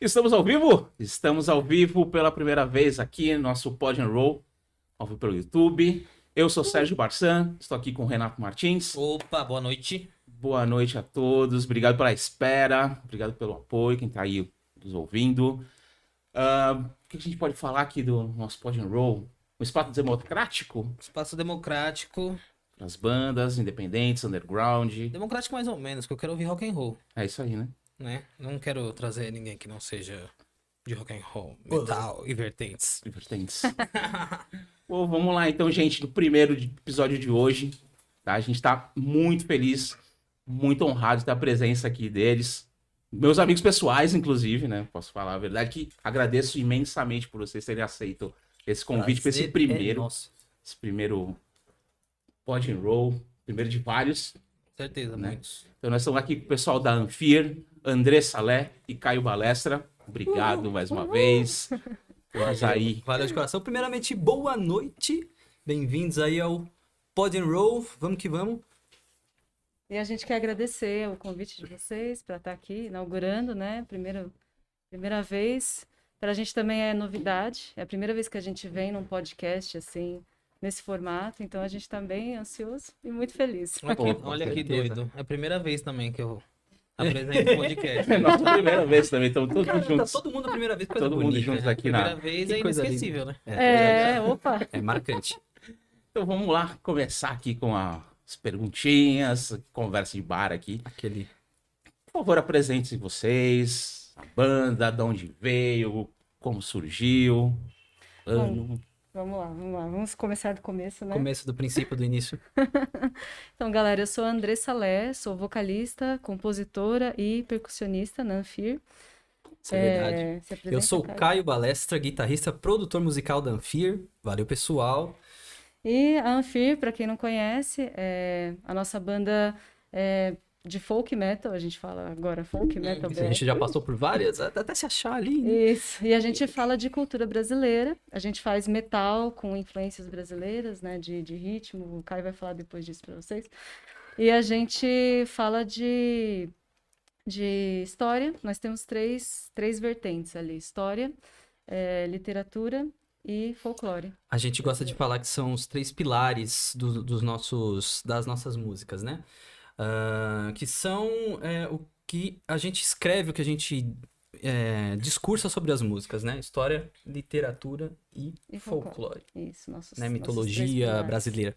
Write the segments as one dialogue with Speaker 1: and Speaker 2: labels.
Speaker 1: Estamos ao vivo? Estamos ao vivo pela primeira vez aqui no nosso Pod and Roll, ao vivo pelo YouTube. Eu sou Sérgio Barçan, estou aqui com o Renato Martins.
Speaker 2: Opa, boa noite.
Speaker 1: Boa noite a todos, obrigado pela espera, obrigado pelo apoio, quem está aí nos ouvindo. Ah, o que a gente pode falar aqui do nosso Pod and Roll? Um espaço democrático
Speaker 2: Espaço democrático.
Speaker 1: para as bandas independentes, underground.
Speaker 2: Democrático mais ou menos, que eu quero ouvir rock and roll,
Speaker 1: É isso aí, né?
Speaker 2: né? Não quero trazer ninguém que não seja de rock and roll, metal e vertentes.
Speaker 1: Divertentes. Bom, vamos lá então, gente, do primeiro de- episódio de hoje. tá? A gente tá muito feliz, muito honrado da presença aqui deles. Meus amigos pessoais, inclusive, né? Posso falar a verdade, que agradeço imensamente por vocês terem aceito esse convite para esse
Speaker 2: Prazer é
Speaker 1: primeiro,
Speaker 2: nosso.
Speaker 1: esse primeiro pod and roll, primeiro de vários.
Speaker 2: Certeza,
Speaker 1: Né?
Speaker 2: muitos.
Speaker 1: Então nós estamos aqui com o pessoal da Anfir, André Salé e Caio Balestra. Obrigado mais uma vez. Nós aí.
Speaker 3: Valeu de coração. Primeiramente, boa noite. Bem-vindos aí ao Pod and Roll. Vamos que vamos.
Speaker 4: E a gente quer agradecer o convite de vocês para estar aqui inaugurando, né? Primeiro, primeira vez. Para a gente também é novidade. É a primeira vez que a gente vem num podcast assim, nesse formato. Então a gente está bem ansioso e muito feliz.
Speaker 2: Olha, que,
Speaker 1: Pô, com
Speaker 2: olha que
Speaker 3: certeza.
Speaker 2: doido. É a primeira vez também que eu apresento um podcast.
Speaker 1: É nossa primeira vez também, estamos todos
Speaker 3: Cara, tá
Speaker 1: juntos.
Speaker 3: todo mundo a primeira vez. Coisa
Speaker 1: Todo mundo
Speaker 3: bonita. né?
Speaker 1: juntos aqui
Speaker 2: primeira
Speaker 1: na.
Speaker 2: vez
Speaker 3: Que
Speaker 2: é
Speaker 3: coisa
Speaker 2: inesquecível, né?
Speaker 4: É, opa.
Speaker 3: É marcante.
Speaker 1: Então vamos lá começar aqui com a- as perguntinhas, conversa de bar aqui.
Speaker 3: Aquele.
Speaker 1: Por favor, apresentem vocês, a banda, de onde veio, como surgiu, ano.
Speaker 4: Vamos lá, vamos lá. Vamos começar do começo, né?
Speaker 3: Começo do princípio, do início.
Speaker 4: Então, galera, eu sou a Andressa Lé, sou vocalista, compositora e percussionista na Anfir.
Speaker 3: Isso é verdade.
Speaker 4: se
Speaker 3: Eu
Speaker 4: apresenta,
Speaker 3: sou o
Speaker 4: Caio.
Speaker 3: Caio Balestra, guitarrista, produtor musical da Anfir. Valeu, pessoal.
Speaker 4: E a Anfir, para quem não conhece, é a nossa banda é, de folk metal, a gente fala agora
Speaker 3: Uhum.
Speaker 4: folk metal.
Speaker 3: A gente já passou por várias, até se achar ali. né?
Speaker 4: Isso. E a gente fala de cultura brasileira, a gente faz metal com influências brasileiras, né, de, de ritmo, o Caio vai falar depois disso para vocês. E a gente fala de, de história, nós temos três, três vertentes ali, história, é, literatura e folclore.
Speaker 3: A gente gosta de falar que são os três pilares do- dos nossos, das nossas músicas, né? Ah, que são é, o que a gente escreve, o que a gente é, discursa sobre as músicas, né? História, literatura e,
Speaker 4: E folclore.
Speaker 3: folclore,
Speaker 4: Isso, nossos,
Speaker 3: né?
Speaker 4: nossos três
Speaker 3: Mitologia
Speaker 4: pilares.
Speaker 3: brasileira.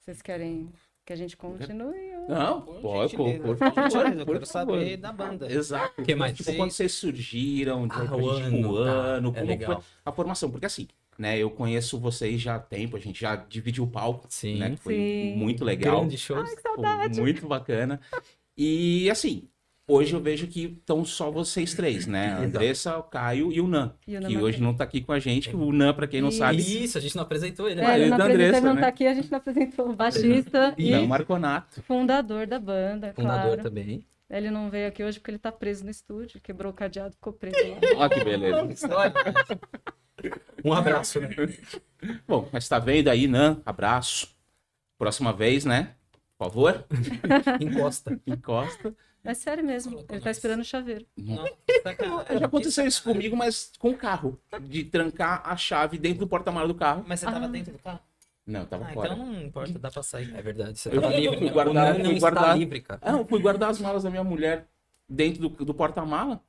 Speaker 4: Vocês querem que a gente continue? ou-
Speaker 1: Não, é pode, por, por favor.
Speaker 2: Eu
Speaker 1: por favor.
Speaker 2: quero saber da banda.
Speaker 1: Exato.
Speaker 3: Que mais?
Speaker 1: Tipo, quando vocês surgiram, de
Speaker 3: Ah,
Speaker 1: repente,
Speaker 3: o
Speaker 1: tipo, o
Speaker 3: ano, tá.
Speaker 1: ano,
Speaker 3: É
Speaker 1: como
Speaker 3: legal.
Speaker 1: foi a formação. Porque assim, né, eu conheço vocês já há tempo, a gente já dividiu o palco,
Speaker 3: Sim.
Speaker 1: né? que Foi
Speaker 4: Sim.
Speaker 1: muito legal.
Speaker 3: Grandes shows.
Speaker 1: Pô, muito bacana. E assim, hoje eu vejo que estão só vocês três, né? A
Speaker 3: Exato.
Speaker 1: Andressa, o Caio e o Nan.
Speaker 4: E o
Speaker 1: Que
Speaker 4: Namaki?
Speaker 1: hoje não tá aqui com a gente. que O Nan, pra quem não
Speaker 4: E-
Speaker 1: sabe,
Speaker 3: Isso, a gente não apresentou ele.
Speaker 4: Ah,
Speaker 3: né?
Speaker 4: É,
Speaker 1: Marido
Speaker 4: ele não
Speaker 1: da
Speaker 4: apresentou,
Speaker 1: Andressa,
Speaker 4: ele não
Speaker 1: né?
Speaker 4: tá aqui, a gente não apresentou o baixista e
Speaker 1: não Marconato.
Speaker 4: fundador da banda,
Speaker 3: Fundador
Speaker 4: claro.
Speaker 3: também.
Speaker 4: Ele não veio aqui hoje porque ele tá preso no estúdio, quebrou o cadeado, ficou preso lá.
Speaker 1: Olha que beleza.
Speaker 3: Um abraço, né?
Speaker 1: Bom, mas tá vendo aí, Nan? Abraço. Próxima vez, né? Por favor,
Speaker 3: Encosta.
Speaker 1: encosta.
Speaker 4: É sério mesmo, ele tá esperando o chaveiro.
Speaker 2: tá Sacanagem.
Speaker 1: É, Já aconteceu isso comigo, mas com o carro. De trancar a chave dentro do porta-malas do carro.
Speaker 2: Mas você tava
Speaker 4: Ah.
Speaker 2: dentro do carro?
Speaker 1: Não, eu tava
Speaker 2: Ah,
Speaker 1: fora.
Speaker 2: então não importa, dá pra sair.
Speaker 3: É verdade, você
Speaker 1: Eu
Speaker 3: tá
Speaker 1: fui
Speaker 3: livre. né?
Speaker 1: guardar-
Speaker 3: o Nan não
Speaker 1: fui
Speaker 3: está
Speaker 1: guardar-
Speaker 3: livre, cara.
Speaker 1: Ah, eu fui guardar as malas da minha mulher dentro do, do porta-mala,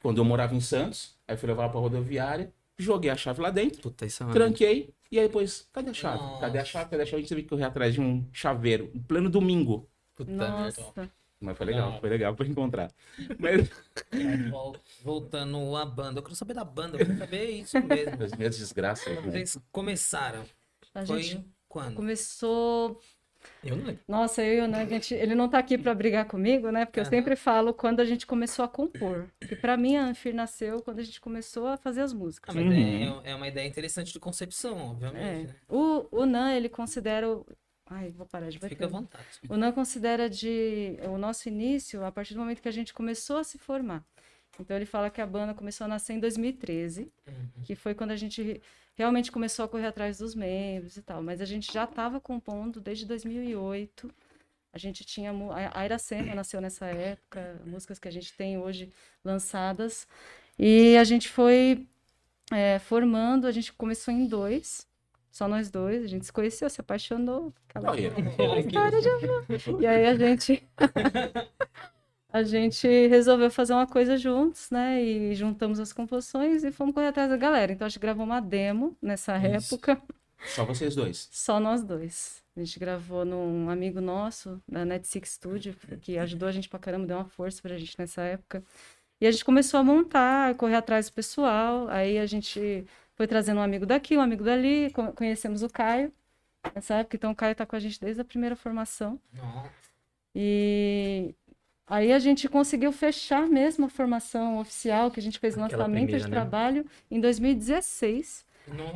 Speaker 1: quando eu morava em Santos. Aí fui levar pra rodoviária, joguei a chave lá dentro,
Speaker 3: Puta, isso é uma-
Speaker 1: tranquei, e aí depois, cadê a chave?
Speaker 2: Nossa.
Speaker 1: Cadê a chave? Cadê a chave? A gente teve que correr atrás de um chaveiro, um pleno domingo.
Speaker 3: Puta merda.
Speaker 4: Nossa.
Speaker 1: Mas foi legal,
Speaker 2: Não.
Speaker 1: foi legal pra encontrar. Mas
Speaker 2: Vol- Voltando à banda, eu quero saber da banda, eu quero saber isso mesmo.
Speaker 1: as minhas desgraças.
Speaker 2: Quando
Speaker 1: né?
Speaker 2: vocês começaram,
Speaker 4: A
Speaker 2: foi
Speaker 4: gente
Speaker 2: quando?
Speaker 4: começou.
Speaker 3: Eu não lembro.
Speaker 4: Nossa, eu e o Nan, a gente- ele não tá aqui pra brigar comigo, né? Porque eu
Speaker 2: Aham.
Speaker 4: sempre falo quando a gente começou a compor. Porque pra mim a Anfir nasceu quando a gente começou a fazer as
Speaker 2: Ah,
Speaker 4: músicas.
Speaker 2: mas
Speaker 1: Uhum.
Speaker 2: é, é uma ideia interessante de concepção, obviamente.
Speaker 4: É.
Speaker 2: né?
Speaker 4: O, o Nan, ele considera. o- Ai, vou parar de bater.
Speaker 2: Fica à vontade.
Speaker 4: O NAN considera de o nosso início a partir do momento que a gente começou a se formar. Então ele fala que a banda começou a nascer em 2013,
Speaker 2: Uhum.
Speaker 4: que foi quando a gente re- realmente começou a correr atrás dos membros e tal. Mas a gente já estava compondo desde 2008. A gente tinha mu- a a Iracema nasceu nessa época, músicas que a gente tem hoje lançadas. E a gente foi é, formando, a gente começou em dois, só nós dois, a gente se conheceu, se apaixonou. aquela-
Speaker 1: Olha,
Speaker 4: História de amor. E aí a gente. A gente resolveu fazer uma coisa juntos, né? E juntamos as composições e fomos correr atrás da galera. Então a gente gravou uma demo nessa
Speaker 2: Isso.
Speaker 4: época.
Speaker 1: Só vocês dois.
Speaker 4: Só nós dois. A gente gravou num amigo nosso, da Net Six Studio, que ajudou a gente pra caramba, deu uma força pra gente nessa época. E a gente começou a montar, a correr atrás do pessoal. Aí a gente foi trazendo um amigo daqui, um amigo dali. co- Conhecemos o Caio nessa época. Então o Caio tá com a gente desde a primeira formação. E aí a gente conseguiu fechar mesmo a formação oficial que a gente fez no
Speaker 5: Aquela
Speaker 4: lançamento
Speaker 5: primeira,
Speaker 4: de
Speaker 5: né?
Speaker 4: trabalho em 2016,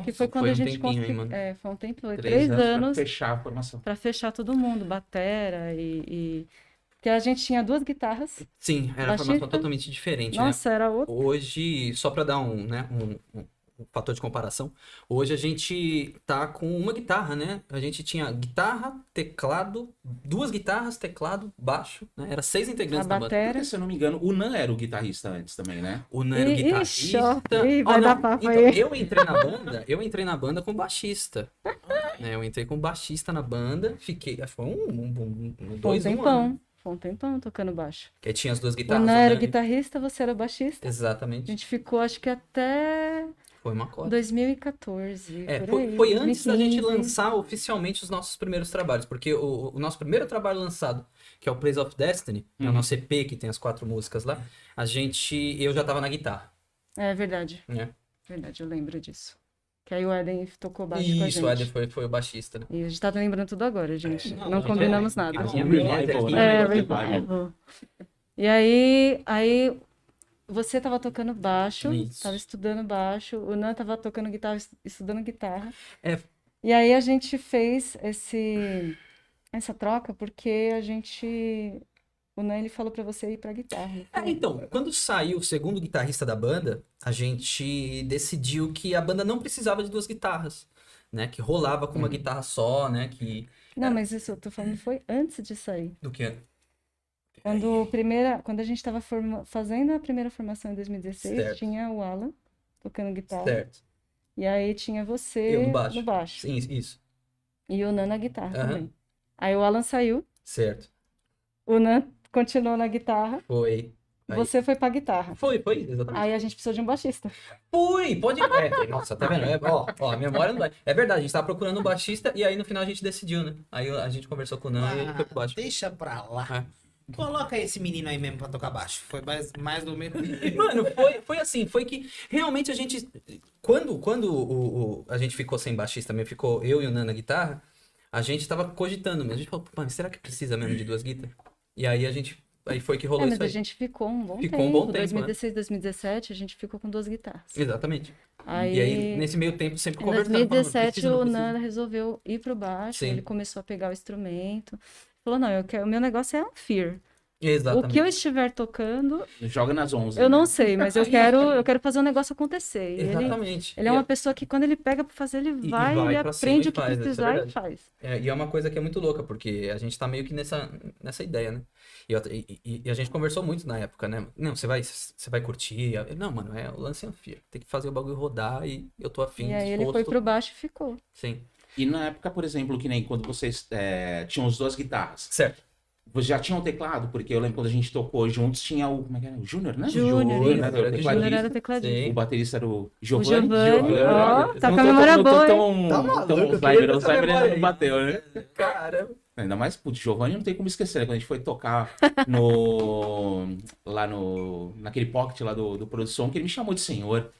Speaker 4: que foi quando
Speaker 5: foi
Speaker 4: a
Speaker 5: um
Speaker 4: gente
Speaker 5: tempinho, hein,
Speaker 4: conseguiu.
Speaker 5: mano?
Speaker 4: É, foi um tempo, foi
Speaker 1: Três,
Speaker 4: três
Speaker 1: anos, pra
Speaker 4: anos
Speaker 1: fechar a formação.
Speaker 4: para fechar todo mundo, batera e, e- Porque a gente tinha duas guitarras.
Speaker 5: Sim, era
Speaker 4: A
Speaker 5: uma formação
Speaker 4: Chica-
Speaker 5: totalmente diferente, né?
Speaker 4: Nossa, era outra.
Speaker 5: Hoje, só para dar um, né, um, um- um fator de comparação, hoje a gente tá com uma guitarra, né? A gente tinha guitarra, teclado, duas guitarras, teclado, baixo, né? Era seis
Speaker 4: A
Speaker 5: integrantes da banda.
Speaker 4: batera.
Speaker 1: Porque, se eu não me engano, o Nan era o guitarrista antes também, né?
Speaker 5: O Nero
Speaker 4: Ih, ixi, ó.
Speaker 5: guitarrista.
Speaker 4: Ih, vai
Speaker 5: não.
Speaker 4: dar papo
Speaker 5: então,
Speaker 4: aí.
Speaker 5: eu entrei na banda, eu entrei na banda com baixista. né? Eu entrei com baixista na banda, fiquei, foi um, um, um- um-
Speaker 4: Foi um
Speaker 5: dois, um ano.
Speaker 4: tempão. Foi um tempão tocando baixo.
Speaker 5: Que tinha as duas
Speaker 4: O
Speaker 5: guitarras.
Speaker 4: Nan era o
Speaker 5: né?
Speaker 4: guitarrista, você era o baixista. A
Speaker 5: Exatamente.
Speaker 4: gente ficou, acho que até
Speaker 5: Foi uma corda.
Speaker 4: 2014.
Speaker 5: É,
Speaker 4: por
Speaker 5: foi,
Speaker 4: aí,
Speaker 5: foi antes da gente
Speaker 4: 2015.
Speaker 5: lançar oficialmente os nossos primeiros trabalhos, porque o, o nosso primeiro trabalho lançado, que é o Praise of Destiny, é
Speaker 1: Uhum.
Speaker 5: o nosso EP que tem as quatro músicas lá, a gente, eu já tava na guitarra,
Speaker 4: É verdade.
Speaker 5: né?
Speaker 4: Verdade, eu lembro disso. Que aí o Eden tocou baixo com a
Speaker 5: Isso,
Speaker 4: gente.
Speaker 5: o Eder foi, foi o baixista, né?
Speaker 4: E a gente tá lembrando tudo agora, gente.
Speaker 5: É,
Speaker 4: não
Speaker 5: não,
Speaker 4: combinamos
Speaker 5: não,
Speaker 4: nada.
Speaker 5: não,
Speaker 1: Tinha
Speaker 5: Revival,
Speaker 1: Revival, né?
Speaker 4: É,
Speaker 1: Revival.
Speaker 4: revival. E aí, aí você tava tocando baixo,
Speaker 5: Isso.
Speaker 4: tava estudando baixo, o Nan tava tocando guitarra, estu- estudando guitarra.
Speaker 5: É.
Speaker 4: E aí a gente fez esse essa troca porque a gente o Nan ele falou pra você ir pra guitarra. não
Speaker 5: É,
Speaker 4: foi?
Speaker 5: então, quando saiu o segundo guitarrista da banda, a gente decidiu que a banda não precisava de duas guitarras, né? Que rolava com uma guitarra só, né? Que...
Speaker 4: Não, mas isso eu tô falando foi antes de sair.
Speaker 5: Do que... é
Speaker 4: Quando, o primeira, quando a gente estava fazendo a primeira formação em 2016,
Speaker 5: Certo.
Speaker 4: tinha o Alan tocando guitarra.
Speaker 5: Certo.
Speaker 4: E aí tinha você
Speaker 5: Eu no baixo.
Speaker 4: no baixo.
Speaker 5: Sim, isso.
Speaker 4: E o Nan na guitarra
Speaker 5: Aham.
Speaker 4: também. Aí o Alan saiu,
Speaker 5: Certo.
Speaker 4: o Nan continuou na guitarra,
Speaker 5: Foi. Aí-
Speaker 4: você foi pra guitarra.
Speaker 5: Foi, foi, exatamente.
Speaker 4: Aí a gente precisou de um baixista.
Speaker 5: Fui, pode. É, nossa, tá vendo? É, ó, ó, a memória não vai. É verdade, a gente tava procurando um baixista e aí no final a gente decidiu, né? Aí a gente conversou com o Nan e ele foi pro
Speaker 2: Ah,
Speaker 5: baixo.
Speaker 2: deixa pra lá.
Speaker 5: É.
Speaker 2: Coloca esse menino aí mesmo pra tocar baixo. Foi mais, mais do mesmo.
Speaker 5: Mano, foi, foi assim, foi que realmente a gente. Quando, quando o, o- a gente ficou sem baixista mesmo, ficou eu e o Nan na guitarra, a gente tava cogitando mesmo. A gente falou, "Pô, mas será que precisa mesmo de duas guitarras? E aí a gente. Aí foi que
Speaker 4: É,
Speaker 5: rolou
Speaker 4: mas
Speaker 5: isso
Speaker 4: a
Speaker 5: aí.
Speaker 4: gente ficou um bom
Speaker 5: Ficou
Speaker 4: tempo.
Speaker 5: um bom tempo, né?
Speaker 4: 2016, 2017, a gente ficou com duas guitarras.
Speaker 5: Exatamente.
Speaker 4: Aí,
Speaker 5: E aí, nesse meio tempo, sempre
Speaker 4: em
Speaker 5: conversando. falando,
Speaker 4: 2017,
Speaker 5: "Precisa, não
Speaker 4: o
Speaker 5: precisa".
Speaker 4: Nan resolveu ir pro baixo,
Speaker 5: Sim.
Speaker 4: ele começou a pegar o instrumento. Falou, não, eu quero, o meu negócio é um fear. O
Speaker 5: Exatamente.
Speaker 4: que eu estiver tocando,
Speaker 1: Joga nas 11.
Speaker 4: eu não
Speaker 1: né?
Speaker 4: sei, mas eu quero, eu quero fazer um negócio acontecer. E ele,
Speaker 5: Exatamente.
Speaker 4: ele é
Speaker 5: E-
Speaker 4: uma pessoa que quando ele pega pra fazer, ele
Speaker 5: e
Speaker 4: vai,
Speaker 5: vai
Speaker 4: ele
Speaker 5: pra cima
Speaker 4: aprende
Speaker 5: e
Speaker 4: o que
Speaker 5: faz, isso é
Speaker 4: precisar e
Speaker 5: verdade.
Speaker 4: faz.
Speaker 5: É, e é uma coisa que é muito louca, porque a gente tá meio que nessa, nessa ideia, né? E, eu- e- e- e a gente conversou muito na época, né? Não, você vai, você vai curtir. Eu, Não, mano, é o lance anfia. Tem que fazer o bagulho rodar e eu tô afim,
Speaker 4: E aí ele foi
Speaker 5: disposto.
Speaker 4: pro baixo e ficou.
Speaker 5: Sim.
Speaker 1: E na época, por exemplo, que nem quando vocês é, tinham as duas guitarras,
Speaker 5: Certo.
Speaker 1: vocês já tinham teclado? Porque eu lembro quando a gente tocou juntos, tinha o. Como é que era? O Júnior, né?
Speaker 4: Júnior,
Speaker 1: Júnior, né? O
Speaker 5: isso. O
Speaker 4: O Júnior era
Speaker 1: tecladista.
Speaker 4: tecladista.
Speaker 5: Sim.
Speaker 1: O baterista era o
Speaker 4: O
Speaker 1: Giovanni.
Speaker 4: Giovanni,
Speaker 1: Giovanni,
Speaker 4: ó,
Speaker 1: olha.
Speaker 4: tá
Speaker 1: Não
Speaker 4: com a
Speaker 1: tô-
Speaker 4: memória
Speaker 1: não tô
Speaker 4: boa, hein?
Speaker 1: tão-
Speaker 5: Tá
Speaker 1: não
Speaker 5: maluco,
Speaker 1: tão
Speaker 5: eu
Speaker 1: Alzheimer,
Speaker 5: queria essa
Speaker 1: Alzheimer ainda não
Speaker 5: memória aí.
Speaker 1: bateu, né?
Speaker 5: Cara.
Speaker 1: Ainda mais, putz, Giovanni não tem como esquecer, né? Quando a gente foi tocar no. lá no. naquele pocket lá do, do produção, que ele me chamou de senhor.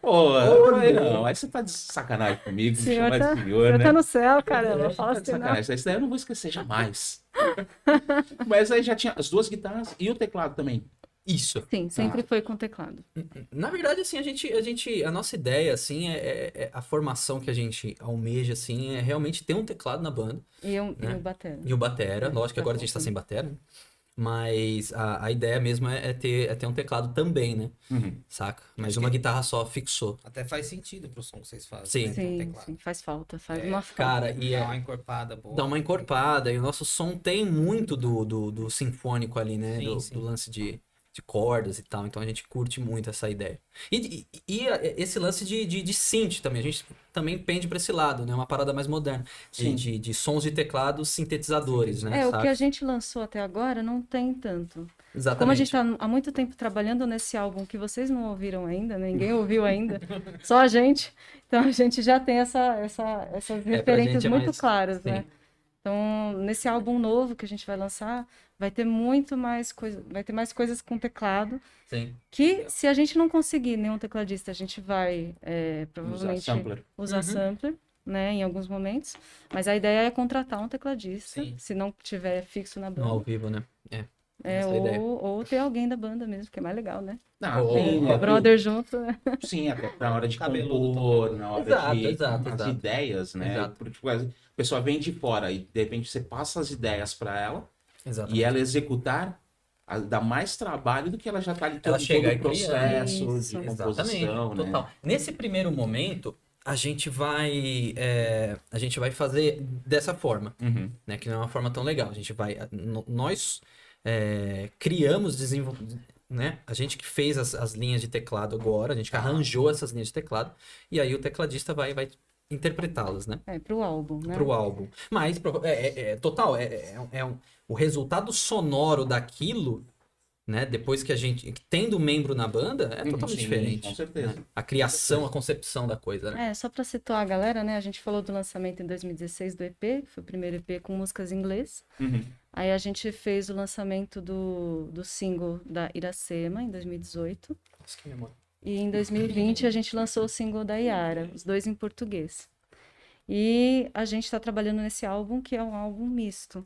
Speaker 1: Pô, eu falei, não, aí você tá de sacanagem comigo, me
Speaker 4: Senhor
Speaker 1: chamar
Speaker 4: tá-
Speaker 1: de
Speaker 4: Eu
Speaker 1: senhor, né?
Speaker 4: tô no céu, caramba, fala
Speaker 1: Tá de
Speaker 4: assim, não.
Speaker 1: sacanagem, isso daí eu não vou esquecer jamais. Mas aí já tinha as duas guitarras e o teclado também.
Speaker 5: Isso.
Speaker 4: Sim,
Speaker 5: Tá.
Speaker 4: sempre foi com teclado.
Speaker 5: Na verdade, assim, a gente, a gente, a nossa ideia, assim, é, é- é- a formação que a gente almeja, assim, é realmente ter um teclado na banda.
Speaker 4: E eu,
Speaker 5: Né?
Speaker 4: eu batendo.
Speaker 5: E o Batera,
Speaker 4: É,
Speaker 5: lógico que
Speaker 4: tá
Speaker 5: agora a gente tá
Speaker 4: faltando.
Speaker 5: sem Batera, né? Mas a, a ideia mesmo é, é ter, é ter um teclado também, né?
Speaker 1: Uhum.
Speaker 5: Saca? Mas uma guitarra só fixou.
Speaker 2: Até faz sentido pro som que vocês fazem.
Speaker 5: Sim.
Speaker 2: né? Com
Speaker 4: Sim,
Speaker 2: teclado.
Speaker 4: sim, faz falta, faz
Speaker 2: É,
Speaker 4: uma falta.
Speaker 5: Cara, e
Speaker 2: Dá
Speaker 5: é,
Speaker 2: uma encorpada boa.
Speaker 5: dá uma encorpada, e o nosso som tem muito do, do, do sinfônico ali, né?
Speaker 2: Sim,
Speaker 5: do,
Speaker 2: sim.
Speaker 5: do lance de de cordas e tal. Então a gente curte muito essa ideia. E, e, e a- esse lance de, de, de synth também, a gente também pende pra esse lado, né? Uma parada mais moderna. De,
Speaker 1: Sim.
Speaker 5: de, de sons de teclados sintetizadores, né?
Speaker 4: É, o
Speaker 5: saca?
Speaker 4: que a gente lançou até agora não tem tanto.
Speaker 5: Exatamente.
Speaker 4: Como a gente tá- está há muito tempo trabalhando nesse álbum que vocês não ouviram ainda, né? ninguém ouviu ainda, só a gente. Então a gente já tem essa, essa, essas
Speaker 5: pra
Speaker 4: referências
Speaker 5: gente é
Speaker 4: muito
Speaker 5: mais-
Speaker 4: claras,
Speaker 5: sim.
Speaker 4: né? Então, nesse álbum novo que a gente vai lançar, vai ter muito mais coisa, vai ter mais coisas com teclado.
Speaker 5: Sim.
Speaker 4: Que se a gente não conseguir nenhum tecladista, a gente vai é,
Speaker 1: Usar
Speaker 4: provavelmente
Speaker 1: sampler.
Speaker 4: usar
Speaker 5: Uhum.
Speaker 4: sampler, né, em alguns momentos. Mas a ideia é contratar um tecladista,
Speaker 5: Sim.
Speaker 4: se não tiver fixo na
Speaker 5: No ao
Speaker 4: banda.
Speaker 5: vivo, né? É.
Speaker 4: É,
Speaker 5: essa é a ideia.
Speaker 4: ou, ou ter alguém da banda mesmo, que é mais legal, né?
Speaker 1: Não,
Speaker 5: Ô,
Speaker 1: tem,
Speaker 5: ô,
Speaker 1: é,
Speaker 4: Brother junto, né?
Speaker 1: Sim, até na hora de
Speaker 2: Cabeludo
Speaker 1: compor, na hora
Speaker 5: Exato,
Speaker 1: de
Speaker 5: exato,
Speaker 1: as
Speaker 5: exato.
Speaker 1: ideias, né?
Speaker 5: Exato.
Speaker 1: Porque tipo, a pessoa vem de fora e de repente você passa as ideias para ela
Speaker 5: Exatamente.
Speaker 1: e ela executar a- dá mais trabalho do que ela já tá ali todo,
Speaker 5: Ela chega
Speaker 1: todo
Speaker 5: e
Speaker 1: o
Speaker 5: cria,
Speaker 4: né?
Speaker 1: processo
Speaker 4: Isso.
Speaker 1: de
Speaker 5: Exatamente,
Speaker 1: composição, né?
Speaker 5: total. Nesse primeiro momento, a gente vai é, a gente vai fazer dessa forma,
Speaker 1: Uhum.
Speaker 5: né? Que não é uma forma tão legal. A gente vai no- nós é, criamos desenvol... né? A gente que fez as, as linhas de teclado agora, a gente que arranjou essas linhas de teclado e aí o tecladista vai vai interpretá-las, né?
Speaker 4: É, pro álbum, né?
Speaker 5: Pro álbum. Mas prova- é, é- é total, é, é- é um- é um- o resultado sonoro daquilo, né? Depois que a gente tendo um membro na banda é
Speaker 1: Uhum,
Speaker 5: totalmente
Speaker 1: sim,
Speaker 5: diferente.
Speaker 1: Com certeza.
Speaker 5: A criação, a concepção da coisa, né?
Speaker 4: É, só pra situar a galera, né? A gente falou do lançamento em 2016 do EP, que foi o primeiro EP com músicas em inglês.
Speaker 1: Uhum.
Speaker 4: Aí a gente fez o lançamento do, do single da Iracema em 2018.
Speaker 5: Nossa, que memória.
Speaker 4: E em 2020 a gente lançou o single da Yara, os dois em português. E a gente está trabalhando nesse álbum, que é um álbum misto.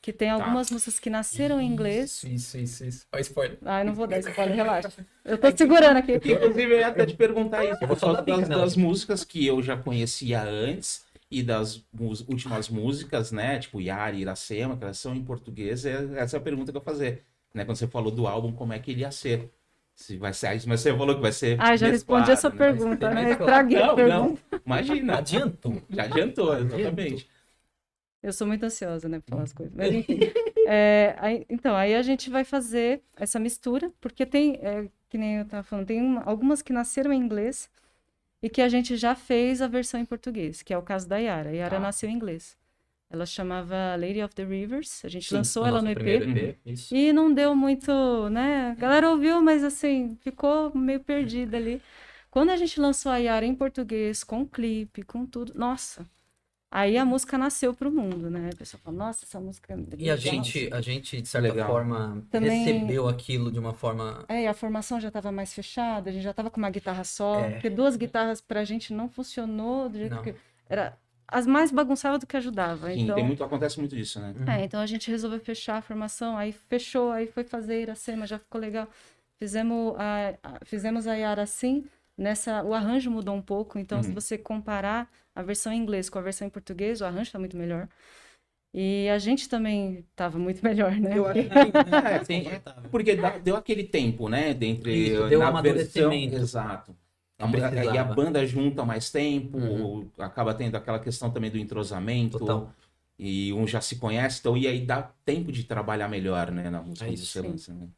Speaker 4: Que
Speaker 5: Tá.
Speaker 4: tem algumas músicas que nasceram em inglês.
Speaker 5: Isso, isso, isso. Olha o spoiler.
Speaker 4: Ai, não vou dar spoiler, relaxa. Eu tô segurando aqui.
Speaker 1: Inclusive, eu ia até te perguntar isso,
Speaker 5: Eu vou
Speaker 1: por
Speaker 5: só
Speaker 1: causa
Speaker 5: dar bica
Speaker 1: das,
Speaker 5: nela.
Speaker 1: das músicas que eu já conhecia antes e das mus- últimas músicas, né? Tipo Yara, Iracema, que elas são em português, é- essa é a pergunta que eu ia fazer. Né? Quando você falou do álbum, como é que ele ia ser? Se vai ser, ah, mas você falou que vai ser.
Speaker 4: Ai, Ah, já respondi
Speaker 1: mesclado,
Speaker 4: essa
Speaker 1: né?
Speaker 4: pergunta,
Speaker 5: Mas-
Speaker 4: né? Estraguei a
Speaker 1: Não,
Speaker 4: pergunta.
Speaker 1: não, imagina.
Speaker 5: Adiantou.
Speaker 1: Já adiantou, exatamente.
Speaker 4: Eu sou muito ansiosa, né, pra falar as coisas. Mas enfim. É, aí- então, aí a gente vai fazer essa mistura, porque tem, é, que nem eu tava falando, tem uma- algumas que nasceram em inglês e que a gente já fez a versão em português, que é o caso da Yara. A Yara
Speaker 1: Tá.
Speaker 4: nasceu em inglês. Ela chamava Lady of the Rivers, a gente
Speaker 5: Sim,
Speaker 4: lançou
Speaker 5: o
Speaker 4: ela
Speaker 5: nosso
Speaker 4: no EP.
Speaker 5: primeiro Isso.
Speaker 4: E não deu muito, né? A galera ouviu, mas assim, ficou meio perdida ali. Quando a gente lançou a Yara em português, com clipe, com tudo, nossa. Aí a música nasceu pro mundo, né? A pessoa fala, nossa, essa música. é
Speaker 5: E a
Speaker 4: legal.
Speaker 5: gente, a gente de certa
Speaker 1: Legal.
Speaker 5: forma,
Speaker 4: Também-
Speaker 5: recebeu aquilo de uma forma.
Speaker 4: É, e a formação já estava mais fechada, a gente já estava com uma guitarra só,
Speaker 5: É.
Speaker 4: porque duas guitarras pra gente não funcionou do jeito
Speaker 5: Não.
Speaker 4: que. Era, as mais bagunçavam do que ajudava.
Speaker 1: Sim,
Speaker 4: então...
Speaker 1: tem muito, acontece muito isso, né?
Speaker 5: Uhum.
Speaker 4: É, então a gente resolveu fechar a formação, aí fechou, aí foi fazer Iracema, já ficou legal. Fizemos a, a- fizemos a Yara assim, nessa, o arranjo mudou um pouco, então se
Speaker 1: Uhum.
Speaker 4: você comparar a versão em inglês com a versão em português, o arranjo tá muito melhor. E a gente também tava muito melhor, né?
Speaker 5: acho que
Speaker 1: É, tem- Porque dá- deu aquele tempo, né? Dentre
Speaker 5: Isso, deu um
Speaker 1: na
Speaker 5: amadurecimento.
Speaker 1: versão- exato. A-
Speaker 5: Precisava.
Speaker 1: e a banda junta mais tempo,
Speaker 5: Uhum.
Speaker 1: acaba tendo aquela questão também do entrosamento.
Speaker 5: Total.
Speaker 1: E um já se conhece, então e aí dá tempo de trabalhar melhor, né? Na música
Speaker 5: É
Speaker 1: do
Speaker 5: isso,
Speaker 1: seu lance, né?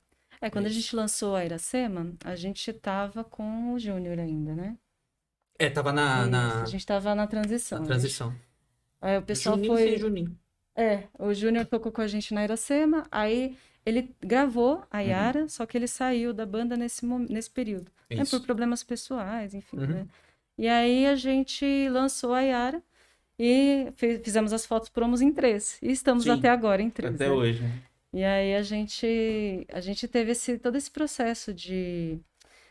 Speaker 4: É, quando a gente lançou a Iracema, a gente tava com o Júnior ainda, né?
Speaker 5: É, tava na,
Speaker 4: Isso,
Speaker 5: na,
Speaker 4: A gente tava na
Speaker 5: na
Speaker 4: transição. a gente-
Speaker 5: transição.
Speaker 4: Aí o pessoal
Speaker 5: Juninho
Speaker 4: foi.
Speaker 5: sem Juninho.
Speaker 4: É, o Júnior tocou com a gente na Iracema, aí ele gravou a Yara, só que ele saiu da banda nesse, mo- nesse período, né,
Speaker 5: Isso.
Speaker 4: por problemas pessoais, enfim,
Speaker 5: Uhum.
Speaker 4: né? E aí a gente lançou a Yara e fe- fizemos as fotos promos em três, e estamos
Speaker 1: Sim,
Speaker 4: até agora em três,
Speaker 1: Até
Speaker 4: né?
Speaker 1: hoje. né?
Speaker 4: E aí a gente, a gente teve esse, todo esse processo de,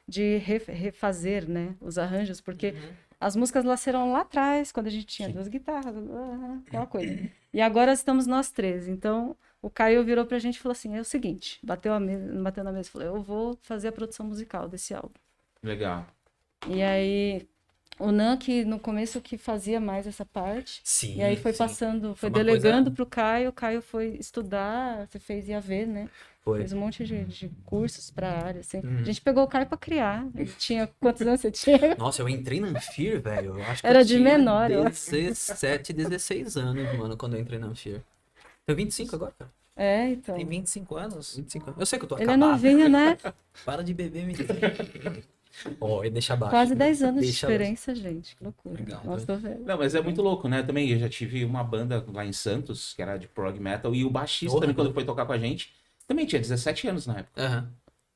Speaker 4: de re- refazer, né, os arranjos, porque
Speaker 5: Uhum.
Speaker 4: as músicas nasceram lá atrás, quando a gente tinha duas guitarras, blá, blá, blá, aquela coisa. E agora estamos nós três. Então, o Caio virou pra gente e falou assim: é o seguinte, bateu, a mesa, bateu na mesa e falou: eu vou fazer a produção musical desse álbum.
Speaker 1: Legal.
Speaker 4: E aí, o Nan, que no começo que fazia mais essa parte,
Speaker 5: Sim.
Speaker 4: e aí foi
Speaker 5: sim.
Speaker 4: passando,
Speaker 5: Foi
Speaker 4: foi
Speaker 5: uma
Speaker 4: delegando
Speaker 5: coisa-
Speaker 4: pro Caio, o Caio foi estudar, você fez IAV, né?
Speaker 5: Foi.
Speaker 4: Fez um monte de, de cursos pra área, assim.
Speaker 5: Uhum.
Speaker 4: A gente pegou o Caio pra criar. né? Ele tinha. Quantos anos você tinha?
Speaker 5: Nossa, eu entrei na Anfir, velho. Eu acho que
Speaker 4: Era
Speaker 5: eu
Speaker 4: de
Speaker 5: tinha
Speaker 4: menor, eu
Speaker 5: 17, 16 anos, mano, quando eu entrei na Anfir. Tenho 25 agora, cara.
Speaker 4: É, então.
Speaker 2: Tem 25 anos?
Speaker 5: 25 anos. Eu sei que eu tô
Speaker 4: Ele é
Speaker 5: acabado.
Speaker 4: novinho, né?
Speaker 5: Para de beber, menino. Ó, oh, deixa abaixo.
Speaker 4: Quase 10 anos de
Speaker 5: Deixa abaixo.
Speaker 4: diferença, gente. Que loucura.
Speaker 5: Legal, né?
Speaker 4: Nossa, tô velha.
Speaker 1: Não, mas é muito louco, né? Também eu já tive uma banda lá em Santos, que era de prog metal, e o baixista,
Speaker 5: Porra,
Speaker 1: né, quando
Speaker 5: cara.
Speaker 1: foi tocar com a gente, também tinha 17 anos na época.
Speaker 5: Aham.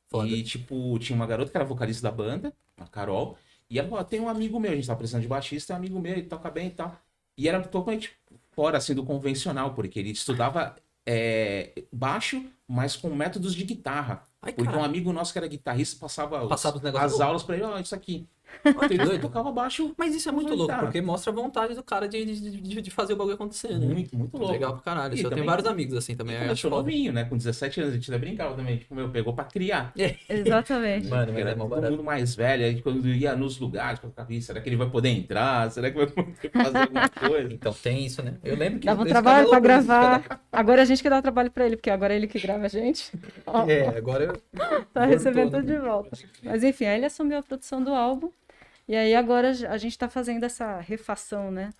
Speaker 5: Foda.
Speaker 1: E, tipo, tinha uma garota que era vocalista da banda, a Carol, e ela falou, "Ó, tem um amigo meu, a gente tava precisando de baixista, tem um amigo meu, ele toca bem e tal. E era totalmente fora, assim, do convencional, porque ele estudava é, baixo, mas com métodos de guitarra.
Speaker 5: Ai,
Speaker 1: Porque um
Speaker 5: cara.
Speaker 1: amigo nosso que era guitarrista passava, os-
Speaker 5: Passava os negócios.
Speaker 1: as aulas pra ele, ó, isso aqui.
Speaker 5: Olha que
Speaker 1: Ele
Speaker 5: doido.
Speaker 1: tocava baixo
Speaker 5: Mas isso é muito
Speaker 1: Vamos
Speaker 5: louco,
Speaker 1: voltar.
Speaker 5: porque mostra a vontade do cara de, de, de- de fazer o bagulho acontecer, né?
Speaker 1: muito, muito louco.
Speaker 5: Legal pra caralho.
Speaker 1: E
Speaker 5: Isso, eu tenho
Speaker 1: também-
Speaker 5: vários amigos assim também.
Speaker 1: E
Speaker 5: Eu acho
Speaker 1: começou
Speaker 5: foda.
Speaker 1: novinho, né? Com 17 anos, a gente ainda brincava também. Tipo, meu, pegou pra criar.
Speaker 4: Exatamente.
Speaker 5: Mano, mas
Speaker 1: Porque
Speaker 5: é
Speaker 1: era
Speaker 5: mó
Speaker 1: todo
Speaker 5: barato.
Speaker 1: mundo mais velho, aí quando ia nos lugares, eu ficava, "Ih, será que ele vai poder entrar? Será que vai poder fazer alguma coisa?
Speaker 5: Então tem isso, né? Eu lembro que.
Speaker 4: Dava um
Speaker 5: esse
Speaker 4: trabalho pra
Speaker 5: cara é louco,
Speaker 4: gravar.
Speaker 5: esse
Speaker 4: Agora é a gente que dá o trabalho pra ele, porque agora é ele que grava a gente. Ó,
Speaker 5: cara. É, agora eu.
Speaker 4: tá
Speaker 5: voltou,
Speaker 4: recebendo
Speaker 5: né?
Speaker 4: tudo de volta. Mas enfim, aí ele assumiu a produção do álbum. E aí agora a gente tá fazendo essa refação, né?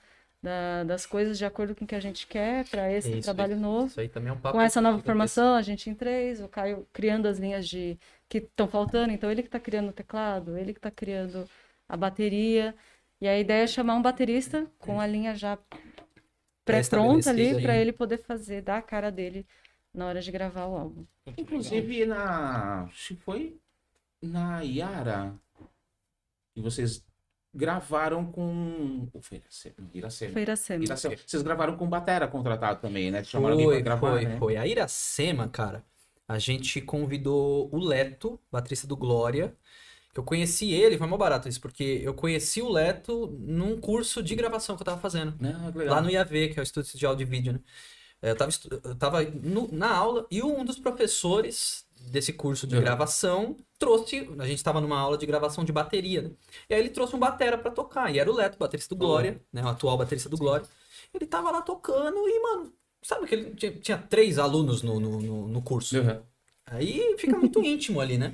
Speaker 4: da- das coisas de acordo com o que a gente quer para esse
Speaker 5: Isso,
Speaker 4: trabalho novo.
Speaker 5: Isso aí também é um papo.
Speaker 4: Com essa nova
Speaker 5: gigantesco.
Speaker 4: formação, a gente em três, o Caio criando as linhas de que estão faltando, então ele que está criando o teclado, ele que está criando a bateria. E a ideia é chamar um baterista com a linha já pré-pronta ali
Speaker 5: Pré-estabelecida,
Speaker 4: para
Speaker 5: né?
Speaker 4: ele poder fazer, dar a cara dele na hora de gravar o álbum.
Speaker 1: Inclusive, na. Se foi na Yara. E vocês gravaram com. O Iracema. Iracema.
Speaker 4: Foi Iracema.
Speaker 1: Iracema. né? Vocês gravaram com o Batera contratado também, né? Chamaram alguém pra
Speaker 5: Foi,
Speaker 1: gravar.
Speaker 5: foi,
Speaker 1: né?
Speaker 5: foi. A Iracema, cara, a gente convidou o Leto, baterista do Glória, que eu conheci ele, foi mó barato isso, porque eu conheci o Leto num curso de gravação que eu tava fazendo.
Speaker 1: Não, que legal.
Speaker 5: Lá no IAV, que é o Estúdio de Áudio e Vídeo, né? É, Eu tava, estu- eu tava no- na aula e um dos professores desse curso de
Speaker 1: Uhum.
Speaker 5: gravação trouxe. A gente tava numa aula de gravação de bateria, né? E aí ele trouxe um batera pra tocar. E era o Leto, baterista do Glória, né? O atual baterista do Glória. Ele tava lá tocando e, mano, sabe que ele tinha, tinha três alunos no, no, no- no curso.
Speaker 1: Uhum.
Speaker 5: Aí fica muito íntimo ali, né?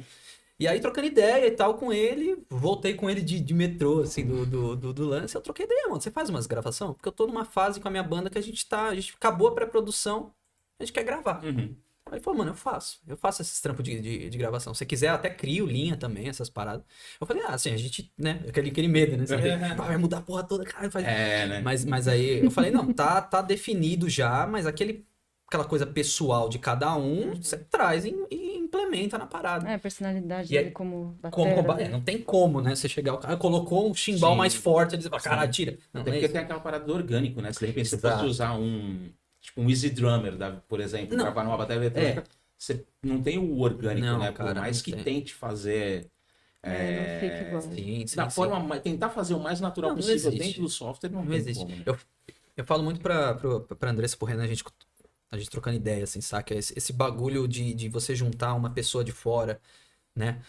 Speaker 5: E aí, trocando ideia e tal com ele, voltei com ele de, de metrô, assim, do, do, do, do lance. Eu troquei ideia, mano. Você faz umas gravação? Porque eu tô numa fase com a minha banda que a gente tá. A gente acabou a pré-produção, a gente quer gravar.
Speaker 1: Uhum.
Speaker 5: Aí ele falou, mano, eu faço. Eu faço esses trampos de, de, de gravação. Se quiser, eu até crio linha também, essas paradas. Eu falei, ah, assim, a gente, né? Aquele, aquele medo, né? Você
Speaker 1: É.
Speaker 5: vai mudar a porra toda, caralho, faz.
Speaker 1: É, né?
Speaker 5: Mas, mas aí eu falei, não, tá, tá definido já, mas aquele, aquela coisa pessoal de cada um, você traz e, e implementa na parada.
Speaker 4: É, a personalidade
Speaker 5: E aí,
Speaker 4: dele como batera.
Speaker 5: Como,
Speaker 4: né?
Speaker 5: é, não tem como, né? Você chegar, o cara colocou um chimbal
Speaker 1: Sim.
Speaker 5: mais forte, eles falam, cara, tira. Não,
Speaker 1: Até
Speaker 5: não é
Speaker 1: porque
Speaker 5: isso.
Speaker 1: tem aquela parada do orgânico, né? Se de repente você
Speaker 5: Exato.
Speaker 1: fosse usar um. Tipo, um Easy Drummer, da- por exemplo,
Speaker 5: Não. É.
Speaker 1: gravar numa bateria eletrônica, você não tem o orgânico,
Speaker 5: Não,
Speaker 1: né?
Speaker 5: cara,
Speaker 1: por mais
Speaker 5: não
Speaker 1: que
Speaker 5: tem.
Speaker 1: tente fazer.
Speaker 4: É, não fica igual.
Speaker 5: Sim, sim,
Speaker 1: da
Speaker 5: sim.
Speaker 1: forma mais- tentar fazer o mais natural
Speaker 5: Não, não
Speaker 1: possível
Speaker 5: existe.
Speaker 1: dentro do software não,
Speaker 5: Não
Speaker 1: tem
Speaker 5: existe. Tá
Speaker 1: como, né?
Speaker 5: Eu, eu falo muito pra, pro- pra Andressa, pro Renan, a gente, a gente trocando ideia, assim, saca? Esse, esse bagulho de, de você juntar uma pessoa de fora, né?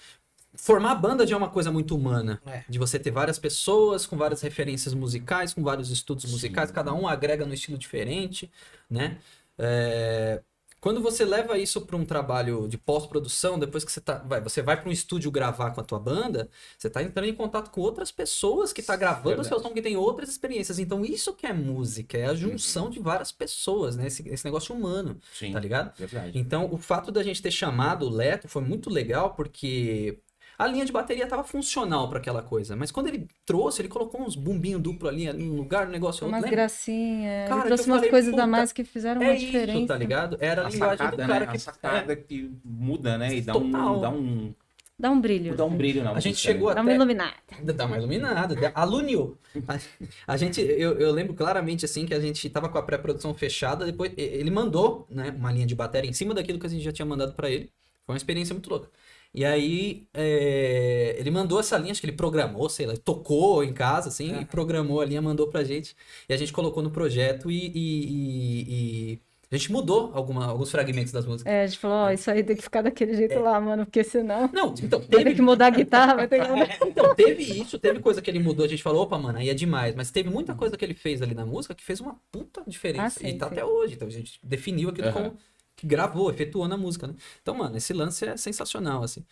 Speaker 5: Formar a banda já é uma coisa muito humana.
Speaker 2: É.
Speaker 5: De você ter várias pessoas com várias referências musicais, com vários estudos
Speaker 1: Sim.
Speaker 5: musicais, cada um agrega num estilo diferente, né? É, Quando você leva isso para um trabalho de pós-produção, depois que você tá, vai, você vai para um estúdio gravar com a tua banda, você tá entrando em contato com outras pessoas que tá gravando
Speaker 1: Verdade.
Speaker 5: o seu som, que tem outras experiências. Então isso que é música, é a junção de várias pessoas, né? Esse, esse negócio humano,
Speaker 1: Uhum. Sim, é
Speaker 5: tá ligado?
Speaker 1: verdade.
Speaker 5: Então, o fato da gente ter chamado o Leto foi muito legal, porque a linha de bateria tava funcional para aquela coisa. Mas quando ele trouxe, ele colocou uns bumbinhos duplo ali num lugar, um negócio
Speaker 4: Umas
Speaker 5: lembra?
Speaker 4: gracinhas.
Speaker 5: Cara,
Speaker 4: Ele
Speaker 5: que
Speaker 4: trouxe
Speaker 5: eu
Speaker 4: umas
Speaker 5: falei,
Speaker 4: coisas
Speaker 5: puta,
Speaker 4: a mais que fizeram
Speaker 5: É
Speaker 4: uma
Speaker 5: isso,
Speaker 4: diferença.
Speaker 5: tá ligado? Era a,
Speaker 1: A
Speaker 5: linguagem do
Speaker 1: sacada, né?
Speaker 5: cara
Speaker 1: A
Speaker 5: que. é
Speaker 1: sacada que muda, né? E dá
Speaker 5: Total.
Speaker 1: um, dá um,
Speaker 4: Dá um brilho.
Speaker 1: dá um brilho na
Speaker 5: A gente
Speaker 1: música,
Speaker 5: chegou
Speaker 1: né?
Speaker 4: Dá uma
Speaker 5: até-
Speaker 4: iluminada.
Speaker 5: Dá- Dá uma iluminada, dá- aluniu. A, a gente, eu, eu lembro claramente assim que a gente tava com a pré-produção fechada, depois e- ele mandou, né, uma linha de bateria em cima daquilo que a gente já tinha mandado pra ele. Foi uma experiência muito louca. E aí, é, ele mandou essa linha, acho que ele programou, sei lá, tocou em casa, assim, e programou a linha, mandou pra gente. E a gente colocou no projeto e, e- e- e a gente mudou alguma- alguns fragmentos das músicas.
Speaker 4: É, a gente falou, ó, isso aí tem que ficar daquele
Speaker 5: É.
Speaker 4: jeito lá, mano, porque senão
Speaker 5: Não, então, teve
Speaker 4: teve que mudar a guitarra, tá? vai ter que mudar.
Speaker 5: Então, teve isso, teve coisa que ele mudou, a gente falou, opa, mano, aí é demais. Mas teve muita coisa que ele fez ali na música que fez uma puta diferença.
Speaker 4: Ah, sim,
Speaker 5: e tá
Speaker 4: sim.
Speaker 5: até hoje. Então a gente definiu aquilo
Speaker 1: Aham.
Speaker 5: como que gravou, efetuou na música, né? Então, mano, esse lance é sensacional, assim.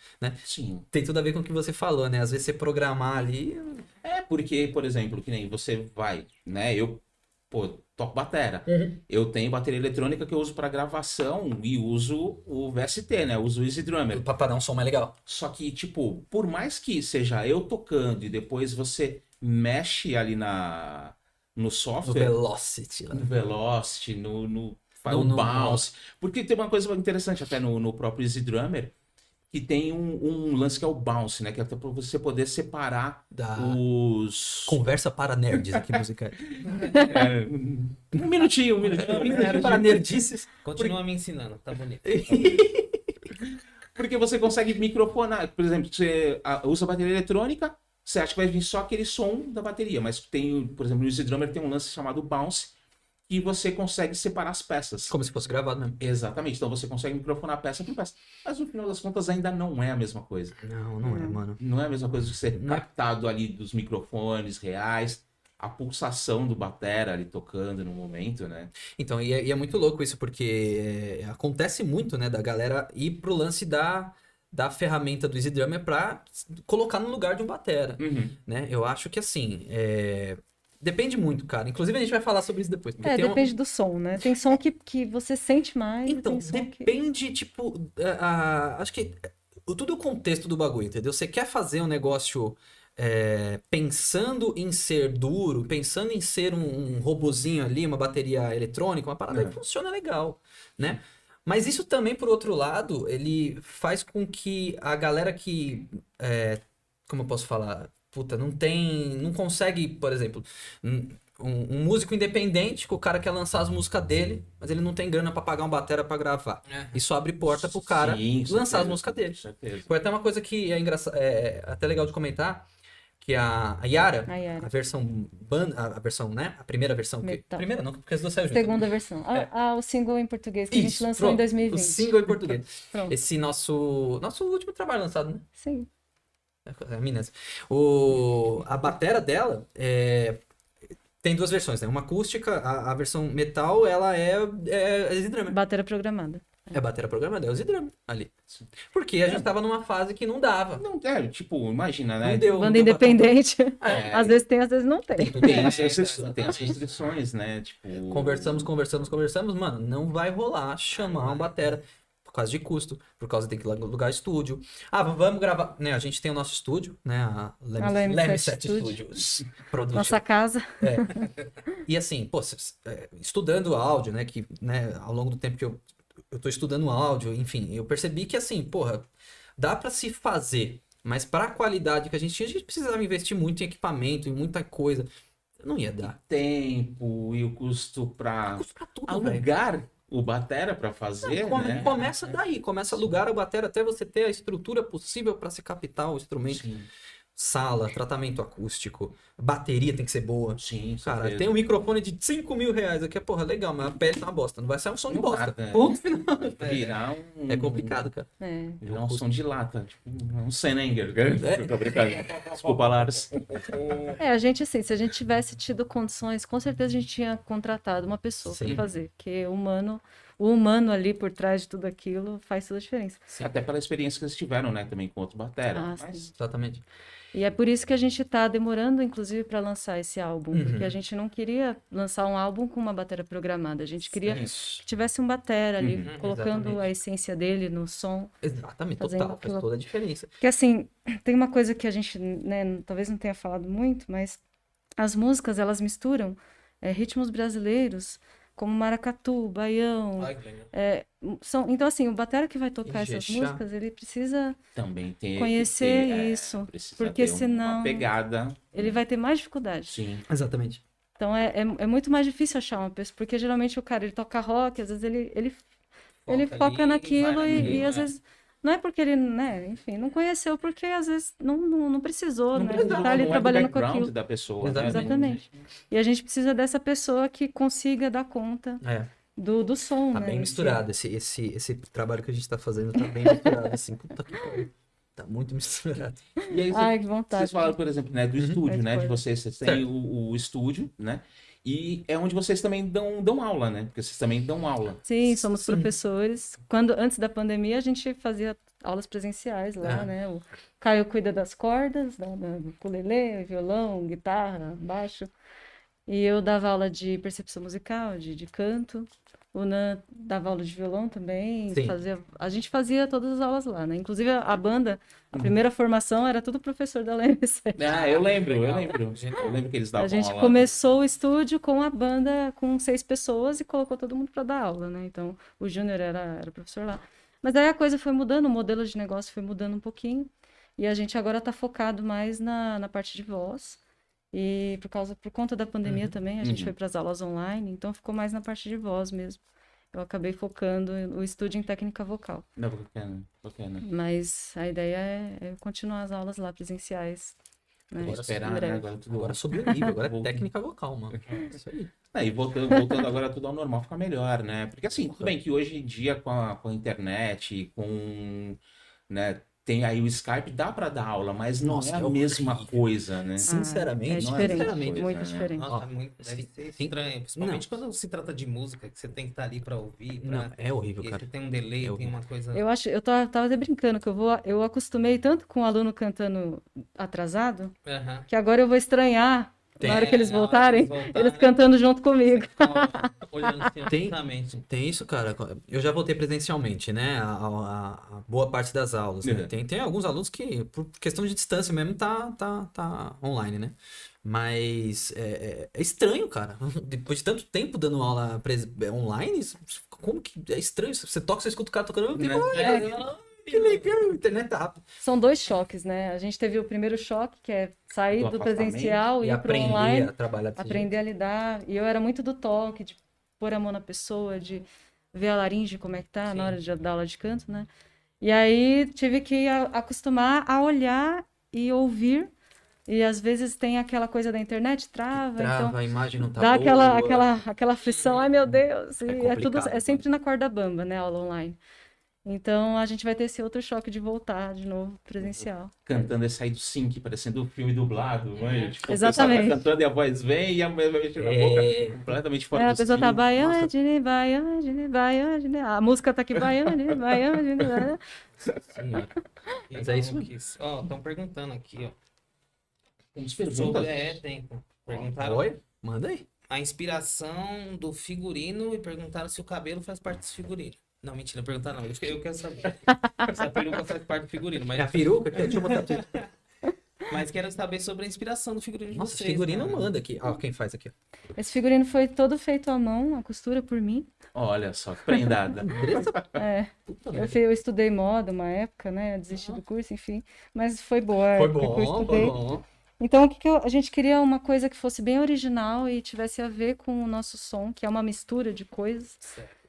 Speaker 1: Sim.
Speaker 5: Tem tudo a ver com o que você falou, né? Às vezes você programar ali.
Speaker 1: É porque, por exemplo, que nem você vai, né? Eu Pô, eu toco batera.
Speaker 5: Uhum.
Speaker 1: Eu tenho bateria eletrônica que eu uso pra gravação e uso o VST, né? Eu uso o Easy Drummer.
Speaker 5: Pra, pra dar um som mais legal.
Speaker 1: Só que, tipo, por mais que seja eu tocando e depois você mexe ali na no
Speaker 5: No
Speaker 1: software,
Speaker 5: Velocity lá.
Speaker 1: no Velocity, no, no, faz
Speaker 5: No-
Speaker 1: o
Speaker 5: no-
Speaker 1: bounce. Porque tem uma coisa interessante até no, no próprio Easy Drummer, que tem um, um lance que é o bounce, né? Que é até pra você poder separar
Speaker 5: Da
Speaker 1: os.
Speaker 5: Conversa para Nerds aqui, música.
Speaker 1: É, um minutinho, um
Speaker 4: É,
Speaker 1: minutinho. Um minutinho
Speaker 5: para Nerdices.
Speaker 2: Continua me ensinando, tá bonito.
Speaker 1: Porque você consegue microfonar. Por exemplo, você ah, usa bateria eletrônica, você acha que vai vir só aquele som da bateria. Mas tem, por exemplo, no Easy Drummer tem um lance chamado bounce, que você consegue separar as peças.
Speaker 5: Como se fosse gravado mesmo.
Speaker 1: Exatamente. Então você consegue microfonar peça por peça. Mas no final das contas ainda não é a mesma coisa.
Speaker 3: Não, não é,
Speaker 4: Não.
Speaker 3: mano.
Speaker 1: Não é a mesma coisa que ser
Speaker 3: Não.
Speaker 1: captado ali dos microfones reais, a pulsação do batera ali tocando no momento, né?
Speaker 5: Então, e é, e é muito louco isso, porque é, acontece muito, né, da galera ir pro lance da, da ferramenta do Easy Drummer pra s- colocar no lugar de um batera,
Speaker 1: Uhum.
Speaker 5: né? Eu acho que assim, é, depende muito, cara. Inclusive a gente vai falar sobre isso depois. porque
Speaker 4: É,
Speaker 5: tem um-
Speaker 4: depende do som, né? Tem som que, que você sente mais. e
Speaker 5: Então,
Speaker 4: tem som que-
Speaker 5: depende, tipo, a- a- acho que o- tudo o contexto do bagulho, entendeu? Você quer fazer um negócio é, pensando em ser duro, pensando em ser um, um robozinho ali, uma bateria eletrônica, uma parada
Speaker 1: É.
Speaker 5: que funciona legal, né? Mas isso também, por outro lado, ele faz com que a galera que, é, como eu posso falar, puta, não tem, não consegue, por exemplo, um, um- um músico independente, que o cara quer lançar as músicas dele, mas ele não tem grana pra pagar um batera pra gravar. Isso abre porta pro cara
Speaker 1: Sim, com
Speaker 5: lançar as
Speaker 1: certeza,
Speaker 5: músicas dele.
Speaker 1: Com certeza.
Speaker 5: Foi até uma coisa que é engraçada, é até legal de comentar, que a, a Yara,
Speaker 4: A Yara.
Speaker 5: a versão ban- a, a versão, né? A primeira versão que-
Speaker 4: É. Metal.
Speaker 5: primeira não, porque as duas saíram juntas.
Speaker 4: Segunda versão. Ah,
Speaker 5: É.
Speaker 4: ah, o single em português que a gente Tá
Speaker 5: Isso,
Speaker 4: lançou
Speaker 5: pronto.
Speaker 4: em 2020.
Speaker 5: O single é em português.
Speaker 4: Pronto.
Speaker 5: Esse nosso nosso último trabalho lançado, né?
Speaker 4: Sim.
Speaker 5: É, Minas. O, a batera dela é, tem duas versões, né? Uma acústica, a, a versão metal, ela é, é, é Easy Drummer.
Speaker 4: Batera programada.
Speaker 5: É batera programada, é o Easy Drummer ali. Porque a gente
Speaker 4: É.
Speaker 5: tava numa fase que não dava.
Speaker 1: Não, é, tipo, imagina, né?
Speaker 5: Não deu.
Speaker 4: Banda
Speaker 5: não deu pra-
Speaker 4: independente.
Speaker 1: É,
Speaker 4: Às vezes tem, às vezes não tem.
Speaker 1: tem, as restrições, tem as restrições, né? Tipo.
Speaker 5: é né? Conversamos, conversamos, conversamos. Mano, não vai rolar chamar um batera. Por causa de custo, por causa de ter que alugar estúdio. Ah, v- vamos gravar. Né, a gente tem o nosso estúdio, né? A Leme,
Speaker 4: A Leme
Speaker 5: Leme
Speaker 4: Set
Speaker 5: Set
Speaker 4: Studio.
Speaker 5: Studios. Production.
Speaker 4: Nossa casa.
Speaker 5: E assim, pô, se- se- é, estudando áudio, né? Que, né, ao longo do tempo que eu, eu tô estudando áudio, enfim, eu percebi que assim, porra, dá pra se fazer, mas pra qualidade que a gente tinha, a gente precisava investir muito em equipamento, em muita coisa. Não ia dar.
Speaker 1: tempo e o custo pra
Speaker 5: Custo pra tudo, velho.
Speaker 1: alugar o batera pra fazer,
Speaker 5: Come-
Speaker 1: né?
Speaker 5: Começa daí, começa a alugar o bater até você ter a estrutura possível pra se captar o instrumento.
Speaker 1: Sim,
Speaker 5: Sala, tratamento acústico, bateria tem que ser boa.
Speaker 1: sim.
Speaker 5: Cara,
Speaker 1: certeza.
Speaker 5: tem um microfone de 5 mil reais aqui, é porra, legal, mas a pele tá uma bosta. Não vai sair um som de
Speaker 1: Não
Speaker 5: bosta.
Speaker 1: dá, né?
Speaker 5: Ponto final.
Speaker 1: Virar um.
Speaker 5: É complicado, cara.
Speaker 4: É.
Speaker 1: Virar um som de lata. Tipo, um Senenger.
Speaker 5: É.
Speaker 1: Tô brincando. Desculpa, Lars.
Speaker 4: É, a gente, assim, se a gente tivesse tido condições, com certeza a gente tinha contratado uma pessoa
Speaker 5: Sim.
Speaker 4: para fazer, porque o humano, o humano ali por trás de tudo aquilo faz toda a diferença.
Speaker 1: Até pela experiência que eles tiveram, né? Também com outro batera.
Speaker 4: Ah,
Speaker 1: Mas
Speaker 4: sim.
Speaker 5: Exatamente.
Speaker 4: E é por isso que a gente tá demorando, inclusive, para lançar esse álbum,
Speaker 5: Uhum.
Speaker 4: porque a gente não queria lançar um álbum com uma bateria programada, a gente queria
Speaker 5: Isso.
Speaker 4: que tivesse um batera ali,
Speaker 1: Uhum,
Speaker 4: colocando
Speaker 5: exatamente.
Speaker 4: a essência dele no som.
Speaker 5: Exatamente,
Speaker 4: Fazendo
Speaker 5: total. Faz
Speaker 4: aquilo-
Speaker 5: toda a diferença.
Speaker 4: Porque assim, tem uma coisa que a gente, né, talvez não tenha falado muito, mas as músicas elas misturam é, ritmos brasileiros como maracatu, baião,
Speaker 2: Ai, que legal.
Speaker 4: é, são, então assim, o batera que vai tocar essas
Speaker 5: Ijexá.
Speaker 4: músicas, ele precisa,
Speaker 1: também tem. que
Speaker 4: Conhecer
Speaker 1: ter, é,
Speaker 4: isso,
Speaker 1: precisa
Speaker 4: porque
Speaker 1: ter uma
Speaker 4: senão-
Speaker 1: pegada.
Speaker 4: ele vai ter mais dificuldade.
Speaker 1: Sim.
Speaker 5: Exatamente.
Speaker 4: Então é, é, é muito mais difícil achar uma pessoa, porque geralmente o cara ele toca rock, às vezes ele ele, ele
Speaker 2: Foca
Speaker 4: foca
Speaker 2: ali,
Speaker 4: naquilo
Speaker 2: vai
Speaker 4: e,
Speaker 2: naquilo,
Speaker 4: e às
Speaker 2: é.
Speaker 4: vezes não é porque ele, né, enfim, não conheceu, porque às vezes não, não, não precisou, né?
Speaker 1: precisa,
Speaker 4: tá
Speaker 1: não
Speaker 4: ali
Speaker 1: é do
Speaker 4: trabalhando com
Speaker 1: background
Speaker 4: aquilo.
Speaker 1: da pessoa. né?
Speaker 4: Exatamente. E a gente precisa dessa pessoa que consiga dar conta
Speaker 5: É,
Speaker 4: do, do som,
Speaker 5: tá
Speaker 4: né?
Speaker 5: bem misturado. Esse, esse, esse trabalho que a gente tá fazendo tá bem misturado, assim. Puta que pariu. Tá muito misturado.
Speaker 1: E aí, você
Speaker 4: Ai, que vontade.
Speaker 1: Vocês falaram, por exemplo, né, do estúdio, né? De
Speaker 4: Pode.
Speaker 1: vocês, vocês têm
Speaker 5: Uhum. Certo.
Speaker 1: o, o estúdio, né? E é onde vocês também dão, dão aula, né? Porque vocês também dão aula.
Speaker 4: Sim, somos professores. Quando antes da pandemia a gente fazia aulas presenciais lá,
Speaker 5: Ah.
Speaker 4: né? O Caio cuida das cordas, da, da ukulele, violão, guitarra, baixo. E eu dava aula de percepção musical, de, de canto. O Nan dava aula de violão também.
Speaker 5: Sim.
Speaker 4: Fazia, a gente fazia todas as aulas lá, né? Inclusive a, a banda, a primeira formação era tudo professor da LMC.
Speaker 1: Ah, eu lembro, eu
Speaker 2: Legal.
Speaker 1: lembro.
Speaker 2: Gente,
Speaker 1: Eu lembro que eles davam
Speaker 4: A gente
Speaker 1: aula.
Speaker 4: começou o estúdio com a banda com seis pessoas e colocou todo mundo para dar aula, né? Então o Júnior era, era professor lá. Mas aí a coisa foi mudando, o modelo de negócio foi mudando um pouquinho. E a gente agora está focado mais na, na parte de voz. E por causa, por conta da pandemia também, a gente
Speaker 1: uhum.
Speaker 4: foi para as aulas online, então ficou mais na parte de voz mesmo. Eu acabei focando o estúdio em técnica vocal.
Speaker 1: Não, bacana, bacana.
Speaker 4: Mas a ideia é, é continuar as aulas lá presenciais. né?
Speaker 1: Vou
Speaker 5: Agora
Speaker 1: esperar,
Speaker 4: sim,
Speaker 1: né?
Speaker 4: breve.
Speaker 1: Agora tudo.
Speaker 5: Agora subiu o nível, agora é
Speaker 1: Vou-
Speaker 5: técnica vocal, mano. Isso aí.
Speaker 1: É, e voltando, voltando agora tudo ao normal, fica melhor, né? Porque assim, tudo bem que hoje em dia com a, com a internet, com, né, tem aí o Skype, dá pra dar aula, mas não
Speaker 5: Nossa,
Speaker 1: é a
Speaker 5: é
Speaker 1: mesma
Speaker 5: horrível.
Speaker 1: coisa, né?
Speaker 4: É
Speaker 5: Sinceramente,
Speaker 1: não
Speaker 4: diferente,
Speaker 1: diferente,
Speaker 4: muito
Speaker 1: né?
Speaker 4: diferente.
Speaker 2: Nossa,
Speaker 5: Ó,
Speaker 2: muito, deve
Speaker 5: sim,
Speaker 2: ser
Speaker 5: sim.
Speaker 2: estranho. Principalmente quando se trata de música, que você tem que estar ali pra ouvir. pra-
Speaker 3: Não, é horrível,
Speaker 2: e aí
Speaker 3: cara.
Speaker 2: tem um delay,
Speaker 3: É
Speaker 2: tem
Speaker 3: horrível.
Speaker 2: uma coisa.
Speaker 4: Eu acho, eu tava, tava até brincando que eu vou, eu acostumei tanto com o aluno cantando atrasado
Speaker 2: Aham.
Speaker 4: que agora eu vou estranhar na hora que eles
Speaker 2: É, na hora
Speaker 4: voltarem, eles cantando junto comigo.
Speaker 2: Então, Olhando assim,
Speaker 5: Tem-
Speaker 2: atentamente.
Speaker 5: Tem isso, cara. Eu já voltei presencialmente, né? A, a- a boa parte das aulas. né?
Speaker 1: É.
Speaker 5: Tem, tem alguns alunos que, por questão de distância mesmo, tá, tá, tá online, né? Mas é, é- é estranho, cara. Depois de tanto tempo dando aula pres- é, online, isso- como que é estranho? Você toca, você escuta o cara tocando ao mesmo
Speaker 1: Né?
Speaker 5: tempo.
Speaker 2: É,
Speaker 5: Que legal, internet tá rápido.
Speaker 4: São dois choques, né? A gente teve o primeiro choque que é sair
Speaker 1: Do
Speaker 4: do,
Speaker 1: afastamento
Speaker 4: presencial e ir pro
Speaker 5: aprender
Speaker 4: online,
Speaker 5: a trabalhar desse jeito.
Speaker 4: aprender a lidar. E eu era muito do toque, de pôr a mão na pessoa, de ver a laringe como é que tá na hora de dar aula de canto, né? E aí tive que a- acostumar a olhar e ouvir. E às vezes tem aquela coisa da internet trava, então
Speaker 5: Trava, a imagem não tá
Speaker 4: dá aquela,
Speaker 5: boa.
Speaker 4: aquela, aquela aflição, ai meu Deus, e é, tudo,
Speaker 5: complicado, né?
Speaker 4: é sempre na corda bamba, né, aula online. Então a gente vai ter esse outro choque de voltar de novo presencial.
Speaker 1: Cantando e sair do sync, parecendo um filme dublado, mãe. Tipo, O
Speaker 4: Exatamente.
Speaker 1: pessoal tá cantando e a voz vem e a mulher vai mexendo na
Speaker 5: É.
Speaker 1: boca completamente fora
Speaker 4: É, a
Speaker 1: do
Speaker 4: pessoa tá
Speaker 1: sync.
Speaker 4: baiana, dine, baiana, dine, baiana, dine. a música tá aqui baiana, dine, baiana, dine, baiana.
Speaker 5: Senhora. Mas
Speaker 2: Mas
Speaker 5: é
Speaker 2: é
Speaker 5: isso
Speaker 2: isso. Ó, estão perguntando aqui, ó.
Speaker 1: Temos
Speaker 2: Sobre,
Speaker 1: perguntas.
Speaker 2: é, tem. Perguntaram
Speaker 5: Oi? Manda aí.
Speaker 2: a inspiração do figurino e perguntaram se o cabelo faz parte desse figurino. Não, mentira, perguntaram não. Eu, eu quero saber. Essa peruca faz parte do figurino,
Speaker 5: É a
Speaker 2: mas,
Speaker 5: peruca? aqui, Deixa eu botar tudo.
Speaker 2: mas quero saber sobre a inspiração do figurino de
Speaker 5: Nossa,
Speaker 2: vocês. né?
Speaker 5: figurino
Speaker 2: cara.
Speaker 5: manda aqui. Ó, quem faz aqui. ó.
Speaker 4: Esse figurino foi todo feito à mão, a costura por mim.
Speaker 1: Olha só, que prendada.
Speaker 5: Andressa,
Speaker 4: É,
Speaker 5: puta
Speaker 4: eu,
Speaker 5: merda.
Speaker 4: fui- eu estudei moda uma época, né, desisti do curso, enfim, mas É, foi boa a
Speaker 5: Foi
Speaker 4: época que eu
Speaker 5: bom,
Speaker 4: estudei.
Speaker 5: foi bom.
Speaker 4: Então, o que que eu- a gente queria uma coisa que fosse bem original e tivesse a ver com o nosso som, que é uma mistura de coisas.
Speaker 2: Certo.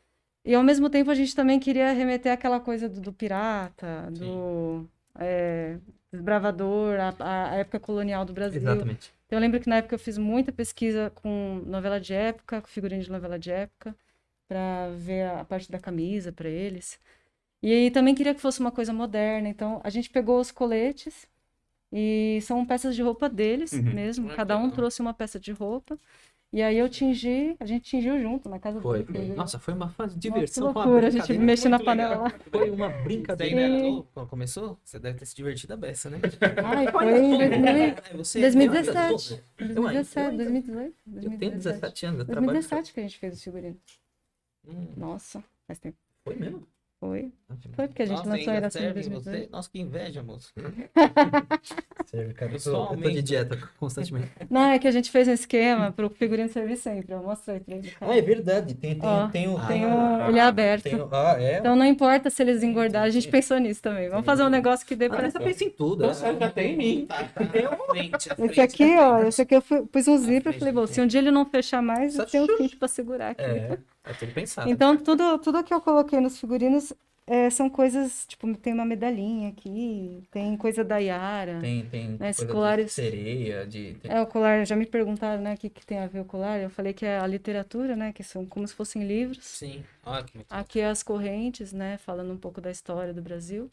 Speaker 4: E ao mesmo tempo a gente também queria remeter àquela coisa do, do pirata, do é, desbravador, a- a, a época colonial do Brasil.
Speaker 5: Exatamente.
Speaker 4: Então, eu lembro que na época eu fiz muita pesquisa com novela de época, com figurino de novela de época, para ver a parte da camisa para eles. E aí também queria que fosse uma coisa moderna, então a gente pegou os coletes e são peças de roupa deles
Speaker 1: Uhum.
Speaker 4: mesmo,
Speaker 2: Ah,
Speaker 4: cada um
Speaker 2: legal.
Speaker 4: trouxe uma peça de roupa. E aí eu tingi, a gente tingiu junto na casa do
Speaker 5: Foi.
Speaker 4: Felipe.
Speaker 5: Nossa, foi uma fase de
Speaker 4: Nossa,
Speaker 5: diversão.
Speaker 4: que
Speaker 5: foi uma
Speaker 4: loucura, a gente
Speaker 5: brincadeira.
Speaker 4: mexeu na
Speaker 2: muito
Speaker 4: panela
Speaker 2: legal.
Speaker 4: lá.
Speaker 5: Foi uma brincadeira.
Speaker 2: Você ainda-
Speaker 4: E-
Speaker 2: Ô, quando começou? Você deve ter se divertido a beça, né?
Speaker 4: Ai, foi né? em 2000
Speaker 2: É, você-
Speaker 4: 2017.
Speaker 5: Eu ainda-
Speaker 4: 2017, 2018,
Speaker 5: Eu tenho
Speaker 4: 2017.
Speaker 5: 17 anos, eu trabalho.
Speaker 4: 2017 que a gente fez o figurino.
Speaker 2: Hum,
Speaker 4: Nossa, faz tempo.
Speaker 5: Foi mesmo?
Speaker 4: Foi. Foi porque a gente
Speaker 2: nossa,
Speaker 4: lançou
Speaker 2: ainda
Speaker 4: a Iracema em
Speaker 2: serve em
Speaker 4: 2018.
Speaker 2: você? Nossa, que inveja, moço.
Speaker 5: Serve, cara. Eu
Speaker 2: Só
Speaker 5: tô, eu tô de
Speaker 2: aumenta.
Speaker 5: dieta constantemente.
Speaker 4: Não, é que a gente fez um esquema pro figurino servir sempre. Eu mostrei pra ele.
Speaker 5: Ah, é verdade. Tem, tem,
Speaker 4: Ó,
Speaker 5: tem o.
Speaker 4: Tem
Speaker 5: o-
Speaker 4: um, ele é aberto.
Speaker 5: tem o- ah, é.
Speaker 4: Então não importa se eles engordarem, a gente pensou nisso também. Vamos fazer um negócio que dê
Speaker 5: Ah,
Speaker 4: pra...
Speaker 5: essa pensa em tudo. é.
Speaker 1: Nossa, já tem em mim.
Speaker 2: Tá, tá. Eu... Frente, a frente, tá
Speaker 4: Esse aqui,
Speaker 2: a
Speaker 4: ó,
Speaker 2: frente.
Speaker 4: esse aqui eu fui- pus um zíper e
Speaker 2: frente
Speaker 4: falei,
Speaker 2: do
Speaker 4: bom, se um dia ele não fechar mais, eu
Speaker 5: Só
Speaker 4: tenho um
Speaker 5: chuchu.
Speaker 4: kit pra segurar aqui.
Speaker 5: É, é tudo pensado.
Speaker 4: Então, tudo, tudo que eu coloquei nos figurinos é, são coisas, tipo, tem uma medalhinha aqui, tem coisa da Yara.
Speaker 5: tem, tem
Speaker 4: Mas
Speaker 5: coisa
Speaker 4: colares-
Speaker 5: de sereia, de. tem-
Speaker 4: É, o colar, já me perguntaram, né, o que, que tem a ver o colar. Eu falei que é a literatura, né, que são como se fossem livros.
Speaker 2: Sim, olha que muito
Speaker 4: Aqui é as correntes, né? Falando um pouco da história do Brasil.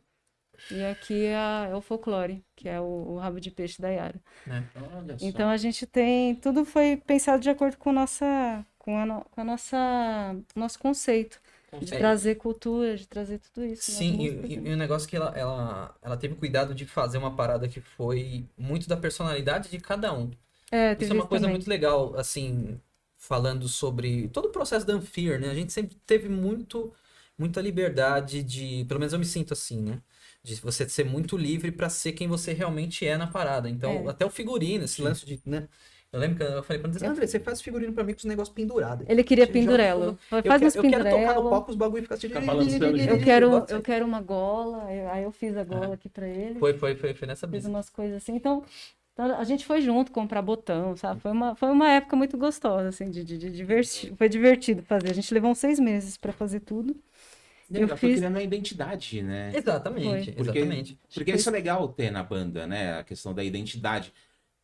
Speaker 4: E aqui é, a- é o folclore, que é o, o rabo de peixe da Yara.
Speaker 1: Olha só.
Speaker 4: Então a gente tem. Tudo foi pensado de acordo com, nossa, com, a, no- com a nossa nosso conceito. De
Speaker 5: É.
Speaker 4: trazer cultura, de trazer tudo isso. nas
Speaker 5: Sim,
Speaker 4: músicas,
Speaker 5: e,
Speaker 4: né?
Speaker 5: e- e o negócio que ela, ela, ela teve cuidado de fazer uma parada que foi muito da personalidade de cada um.
Speaker 4: É, teve
Speaker 5: Isso é uma coisa
Speaker 4: também.
Speaker 5: muito legal, assim, falando sobre todo o processo da Unfear, né? A gente sempre teve muito, muita liberdade de, pelo menos eu me sinto assim, né? De você ser muito livre pra ser quem você realmente é na parada. Então,
Speaker 4: É.
Speaker 5: até o figurino, esse lance de, né? Eu lembro que eu falei pra André, André, você faz figurino pra mim com os negócios pendurados.
Speaker 4: Ele queria
Speaker 5: Você joga
Speaker 4: pendurelo.
Speaker 5: tudo.
Speaker 4: Faz
Speaker 5: eu,
Speaker 4: uns
Speaker 5: quero, eu quero tocar no
Speaker 4: pendurelo.
Speaker 5: palco os bagulho ficar assim,
Speaker 1: Fica balançando, gente.
Speaker 4: Eu quero,
Speaker 5: gosto É.
Speaker 4: eu
Speaker 5: disso.
Speaker 4: quero uma gola. aí- Aí eu fiz a gola aqui pra ele.
Speaker 5: Foi, foi, foi, foi nessa
Speaker 4: Fiz
Speaker 5: brisa.
Speaker 4: umas coisas assim. Então, então a gente foi junto comprar botão, sabe? Foi uma, foi uma época muito gostosa, assim, de, de, de diverti- Foi divertido fazer. A gente levou uns seis meses pra fazer tudo.
Speaker 1: Eu
Speaker 4: Eu
Speaker 1: já foi
Speaker 4: fiz-
Speaker 1: criando a identidade, né?
Speaker 5: Exatamente,
Speaker 1: Porque-
Speaker 5: exatamente.
Speaker 1: Porque isso é legal ter na banda, né? A questão da identidade.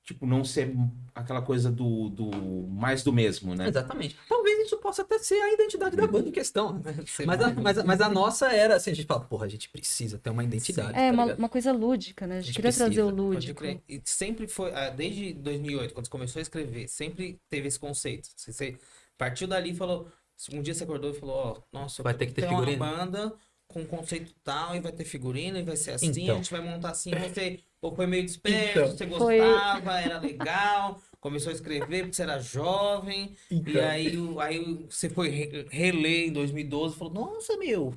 Speaker 1: Tipo, não ser aquela coisa do, do mais do mesmo, né?
Speaker 5: Exatamente. Talvez isso possa até ser a identidade da banda em questão. né?
Speaker 2: Você
Speaker 5: Mas a,
Speaker 2: vai-
Speaker 5: mas, a- mas a nossa era assim, a gente fala, porra, a gente precisa ter uma identidade.
Speaker 4: É,
Speaker 5: tá
Speaker 4: uma,
Speaker 5: ligado?
Speaker 4: uma coisa lúdica, né? A
Speaker 5: gente
Speaker 4: gente queria trazer o
Speaker 5: precisa,
Speaker 2: Pode
Speaker 4: lúdico.
Speaker 2: crer. E sempre foi, ah, desde 2008, quando você começou a escrever, sempre teve esse conceito. Você, você partiu dali e falou, um dia você acordou e falou, ó, nossa, eu
Speaker 3: Vai ter que ter
Speaker 2: tenho
Speaker 3: figurino.
Speaker 2: uma banda com um conceito tal e vai ter figurino e vai ser assim,
Speaker 5: Então.
Speaker 2: a gente vai montar assim, você ou foi meio desperto,
Speaker 5: Então.
Speaker 2: você
Speaker 4: Foi-
Speaker 2: gostava, era legal, começou a escrever porque você era jovem, e
Speaker 5: Então.
Speaker 2: aí, o- aí o- você foi re- reler em 2012 e falou, nossa, meu,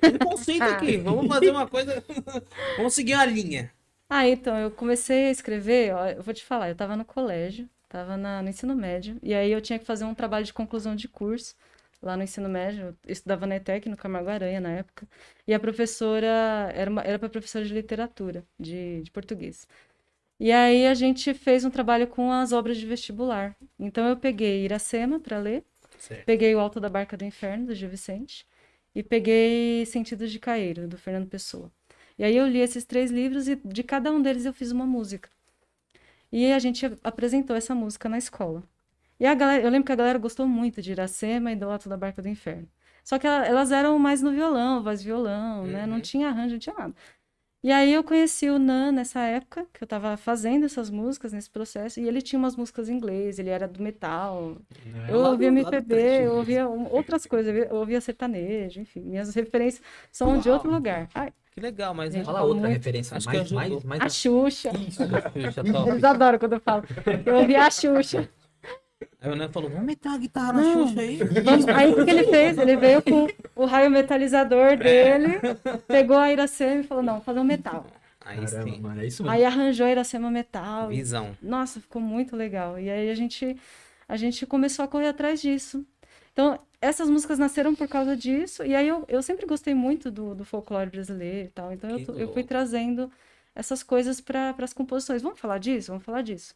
Speaker 2: tem um conceito aqui, vamos fazer uma coisa, vamos seguir uma linha.
Speaker 4: Ah, então, eu comecei a escrever, ó, eu vou te falar, eu tava no colégio, tava na- no ensino médio, e aí eu tinha que fazer um trabalho de conclusão de curso lá no ensino médio, eu estudava na ETEC, no Camargo Aranha na época, e a professora era uma, era para professora de literatura, de, de português. E aí a gente fez um trabalho com as obras de vestibular. Então eu peguei Iracema para ler,
Speaker 2: Certo.
Speaker 4: peguei O Alto da Barca do Inferno, do Gil Vicente, e peguei Sentidos de Cairo, do Fernando Pessoa. E aí eu li esses três livros e de cada um deles eu fiz uma música. E a gente apresentou essa música na escola. E a galera, eu lembro que a galera gostou muito de Iracema e do Alto da Barca do Inferno. Só que ela- elas eram mais no violão, voz e violão, né? Não
Speaker 2: Uhum.
Speaker 4: tinha arranjo, não tinha nada. E aí eu conheci o Nan nessa época, que eu tava fazendo essas músicas nesse processo, e ele tinha umas músicas em inglês, ele era do metal,
Speaker 2: É
Speaker 4: eu um
Speaker 5: lá
Speaker 4: ouvia
Speaker 5: do- lá do
Speaker 4: MPB,
Speaker 5: Trent,
Speaker 4: eu
Speaker 5: né?
Speaker 4: ouvia um- outras coisas, eu ouvia sertanejo, enfim, minhas referências são de
Speaker 2: Uau.
Speaker 4: outro lugar. Ai,
Speaker 2: Que legal, mas é
Speaker 4: Gente,
Speaker 5: Fala outra
Speaker 4: Muito.
Speaker 5: referência,
Speaker 2: Acho que
Speaker 5: mais, mais,
Speaker 2: ajudou.
Speaker 5: mais.
Speaker 4: a Xuxa,
Speaker 5: Isso,
Speaker 3: Já
Speaker 4: eles adoram quando eu falo, eu ouvia a Xuxa.
Speaker 2: Aí o Nan falou, vamos
Speaker 5: é
Speaker 2: meter
Speaker 5: tá
Speaker 2: uma guitarra
Speaker 4: Não.
Speaker 2: na Xuxa aí.
Speaker 4: Vamos- Aí o que que ele fez? Ele veio com o raio metalizador dele, pegou a Iracema e falou, não, vou fazer um metal.
Speaker 2: Aí
Speaker 5: Caramba,
Speaker 2: sim,
Speaker 5: mano, é isso mesmo.
Speaker 4: Aí arranjou a Iracema metal, e
Speaker 2: visão.
Speaker 4: Nossa, ficou muito legal. E aí a gente, a gente começou a correr atrás disso. Então, essas músicas nasceram por causa disso. E aí eu, eu sempre gostei muito do, do folclore brasileiro e tal. Então eu,
Speaker 2: Que
Speaker 4: tô- eu fui
Speaker 2: louco.
Speaker 4: trazendo essas coisas para as composições. Vamos falar disso? Vamos falar disso.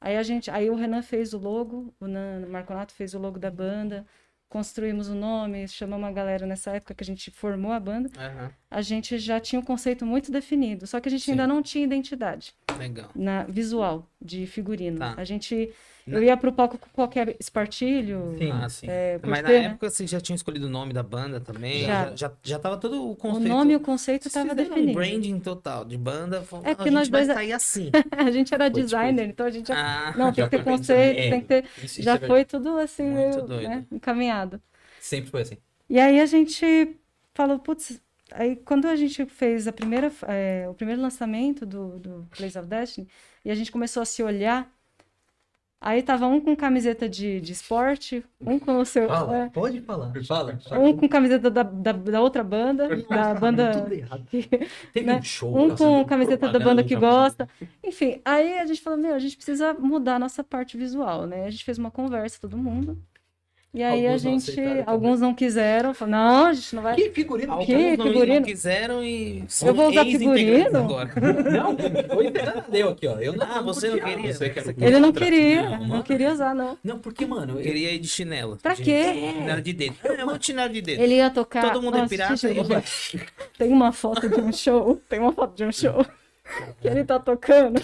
Speaker 4: Aí a gente, aí o Renan fez o logo, o Nan- o Marconato fez o logo da
Speaker 2: Uhum.
Speaker 4: banda, construímos o nome, chamamos a galera nessa época que a gente formou a banda.
Speaker 2: Aham,
Speaker 4: A gente já tinha um conceito muito definido, só que a gente ainda não tinha identidade
Speaker 2: legal.
Speaker 4: na visual de figurino.
Speaker 2: Tá.
Speaker 4: A gente
Speaker 2: Na-
Speaker 4: eu ia pro palco com qualquer espartilho,
Speaker 5: Sim,
Speaker 2: Ah,
Speaker 5: sim.
Speaker 4: é,
Speaker 2: Mas na
Speaker 4: cortê, né?
Speaker 2: época você já tinha escolhido o nome da banda também?
Speaker 4: Já.
Speaker 2: Já, já, já tava todo o
Speaker 4: o
Speaker 2: conceito.
Speaker 4: nome e o conceito
Speaker 2: Vocês
Speaker 4: estava
Speaker 2: fizeram um
Speaker 4: definido.
Speaker 2: branding total de banda. Falou,
Speaker 4: É
Speaker 2: é
Speaker 4: porque
Speaker 2: a
Speaker 4: nós
Speaker 2: gente vai
Speaker 4: dois é-
Speaker 2: sair assim.
Speaker 4: a gente era
Speaker 5: Foi, tipo,
Speaker 4: designer, então a gente já
Speaker 2: Ah,
Speaker 4: não
Speaker 5: já
Speaker 4: tem que ter
Speaker 5: foi pensando,
Speaker 4: conceito,
Speaker 5: é,
Speaker 4: tem que ter,
Speaker 5: Isso- isso é
Speaker 4: já
Speaker 5: verdade.
Speaker 4: foi tudo assim
Speaker 2: Muito
Speaker 4: meio,
Speaker 2: doido.
Speaker 4: né, encaminhado.
Speaker 5: Sempre foi assim.
Speaker 4: E aí a gente falou, putz, aí quando a gente fez a primeira, eh, o primeiro lançamento do, do Plays of Destiny, e a gente começou a se olhar, aí tava um com camiseta de, de esporte, um com o seu.
Speaker 5: Fala,
Speaker 4: é,
Speaker 5: pode falar. Fala. fala.
Speaker 4: um com camiseta da, da, da outra banda, da banda.
Speaker 5: Tudo errado.
Speaker 4: que-
Speaker 5: Teve
Speaker 4: né?
Speaker 5: um show.
Speaker 4: Um
Speaker 5: nossa,
Speaker 4: com camiseta da banda que
Speaker 1: propaganda, já
Speaker 4: gosta. Enfim, aí a gente falou, meu, a gente precisa mudar a nossa parte visual, né? A gente fez uma conversa, todo mundo. E aí
Speaker 5: Alguns
Speaker 4: a
Speaker 5: não
Speaker 4: gente.
Speaker 5: aceitaram também.
Speaker 4: Alguns não quiseram, falaram, não, a gente não vai.
Speaker 5: Que figurino.
Speaker 2: alguns
Speaker 4: que
Speaker 2: não- não
Speaker 4: figurino?
Speaker 2: quiseram e.
Speaker 4: Eu vou usar
Speaker 2: ex-integrantes
Speaker 4: figurino?
Speaker 2: Agora.
Speaker 5: Não, foi deu aqui, ó. Eu não,
Speaker 2: Ah, você não
Speaker 5: curtia.
Speaker 2: queria?
Speaker 1: Você quer-
Speaker 4: Ele não
Speaker 1: Outra.
Speaker 4: queria,
Speaker 5: Não,
Speaker 4: não
Speaker 5: mano.
Speaker 4: queria usar, não.
Speaker 5: Não, porque, mano, eu-
Speaker 2: Queria ir de chinelo.
Speaker 4: Pra
Speaker 2: de-
Speaker 4: quê?
Speaker 2: Chinelo de dedo. Ah, Eu vou de chinelo de dedo.
Speaker 4: Ele ia tocar.
Speaker 2: Todo mundo é
Speaker 4: Nossa,
Speaker 2: pirata,
Speaker 4: gente,
Speaker 2: ele vai-
Speaker 4: Tem uma foto de um show. Tem uma foto de um show que ele tá tocando.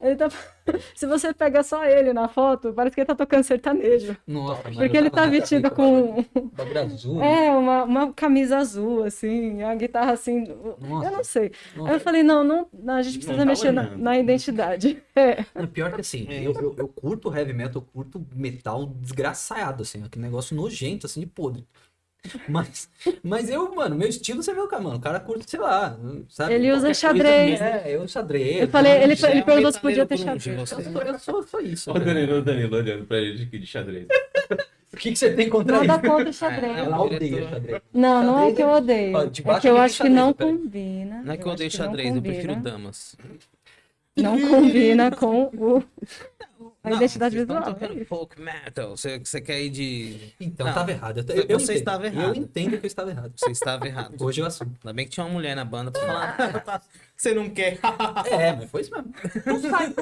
Speaker 4: Ele tá. Se você pega só ele na foto, parece que ele tá tocando sertanejo.
Speaker 5: Nossa, mano,
Speaker 4: Porque
Speaker 5: eu
Speaker 4: ele
Speaker 5: tava
Speaker 4: tá
Speaker 5: na
Speaker 4: vestido
Speaker 5: pica,
Speaker 4: com
Speaker 5: mano. Bagulho azul. né?
Speaker 4: É, uma, uma camisa azul, assim, a guitarra assim.
Speaker 5: Nossa.
Speaker 4: Eu não sei.
Speaker 5: Nossa.
Speaker 4: Aí eu falei, não, não, não, a gente
Speaker 1: Não
Speaker 4: precisa
Speaker 1: tá
Speaker 4: mexer na,
Speaker 1: olhando.
Speaker 4: na identidade. É.
Speaker 5: Não, pior que assim, eu, eu, eu curto heavy metal, eu curto metal desgraçado, assim, aquele negócio nojento, assim, de podre. Mas, mas eu, mano, meu estilo, você vê o cara, mano, o cara curte, sei lá, sabe?
Speaker 4: Ele usa
Speaker 5: Qualquer
Speaker 4: xadrez.
Speaker 5: Coisa, é, eu xadrez.
Speaker 4: Eu falei, ele,
Speaker 2: Já é
Speaker 4: ele
Speaker 2: um
Speaker 4: perguntou se podia
Speaker 2: metaleiro
Speaker 4: ter
Speaker 2: grunge,
Speaker 4: xadrez.
Speaker 2: você.
Speaker 5: Eu sou, eu sou, sou isso. né?
Speaker 1: Olha o Danilo, o Danilo olhando pra ele aqui de xadrez.
Speaker 5: O que, que você tem contra
Speaker 4: Nada
Speaker 5: isso?
Speaker 4: contra o
Speaker 2: É,
Speaker 4: xadrez.
Speaker 5: Ela odeia
Speaker 2: Diretor.
Speaker 5: xadrez.
Speaker 4: Não, não é
Speaker 5: xadrez
Speaker 4: que eu
Speaker 5: é-
Speaker 4: odeio.
Speaker 5: Ó,
Speaker 4: É
Speaker 5: debaixo
Speaker 4: que eu
Speaker 5: tem
Speaker 4: acho que
Speaker 5: xadrez,
Speaker 4: não
Speaker 5: peraí.
Speaker 4: combina.
Speaker 2: Não é que eu odeio
Speaker 4: acho não
Speaker 2: xadrez, eu prefiro
Speaker 4: combina.
Speaker 2: damas.
Speaker 4: Não combina com o, a
Speaker 2: Não,
Speaker 4: identidade
Speaker 2: vocês tão
Speaker 4: visual. é
Speaker 2: tocando folk metal. Você, você quer ir de.
Speaker 5: Então,
Speaker 2: Não.
Speaker 5: tava errado. Eu, eu, eu
Speaker 2: Você
Speaker 5: entendo.
Speaker 2: estava
Speaker 5: Eu
Speaker 2: errado.
Speaker 5: entendo que eu estava errado.
Speaker 2: Você estava errado.
Speaker 5: Hoje eu assumo.
Speaker 2: Ainda bem que tinha uma mulher na banda pra falar. Você não quer.
Speaker 5: É, mas foi isso mesmo. Não
Speaker 4: Então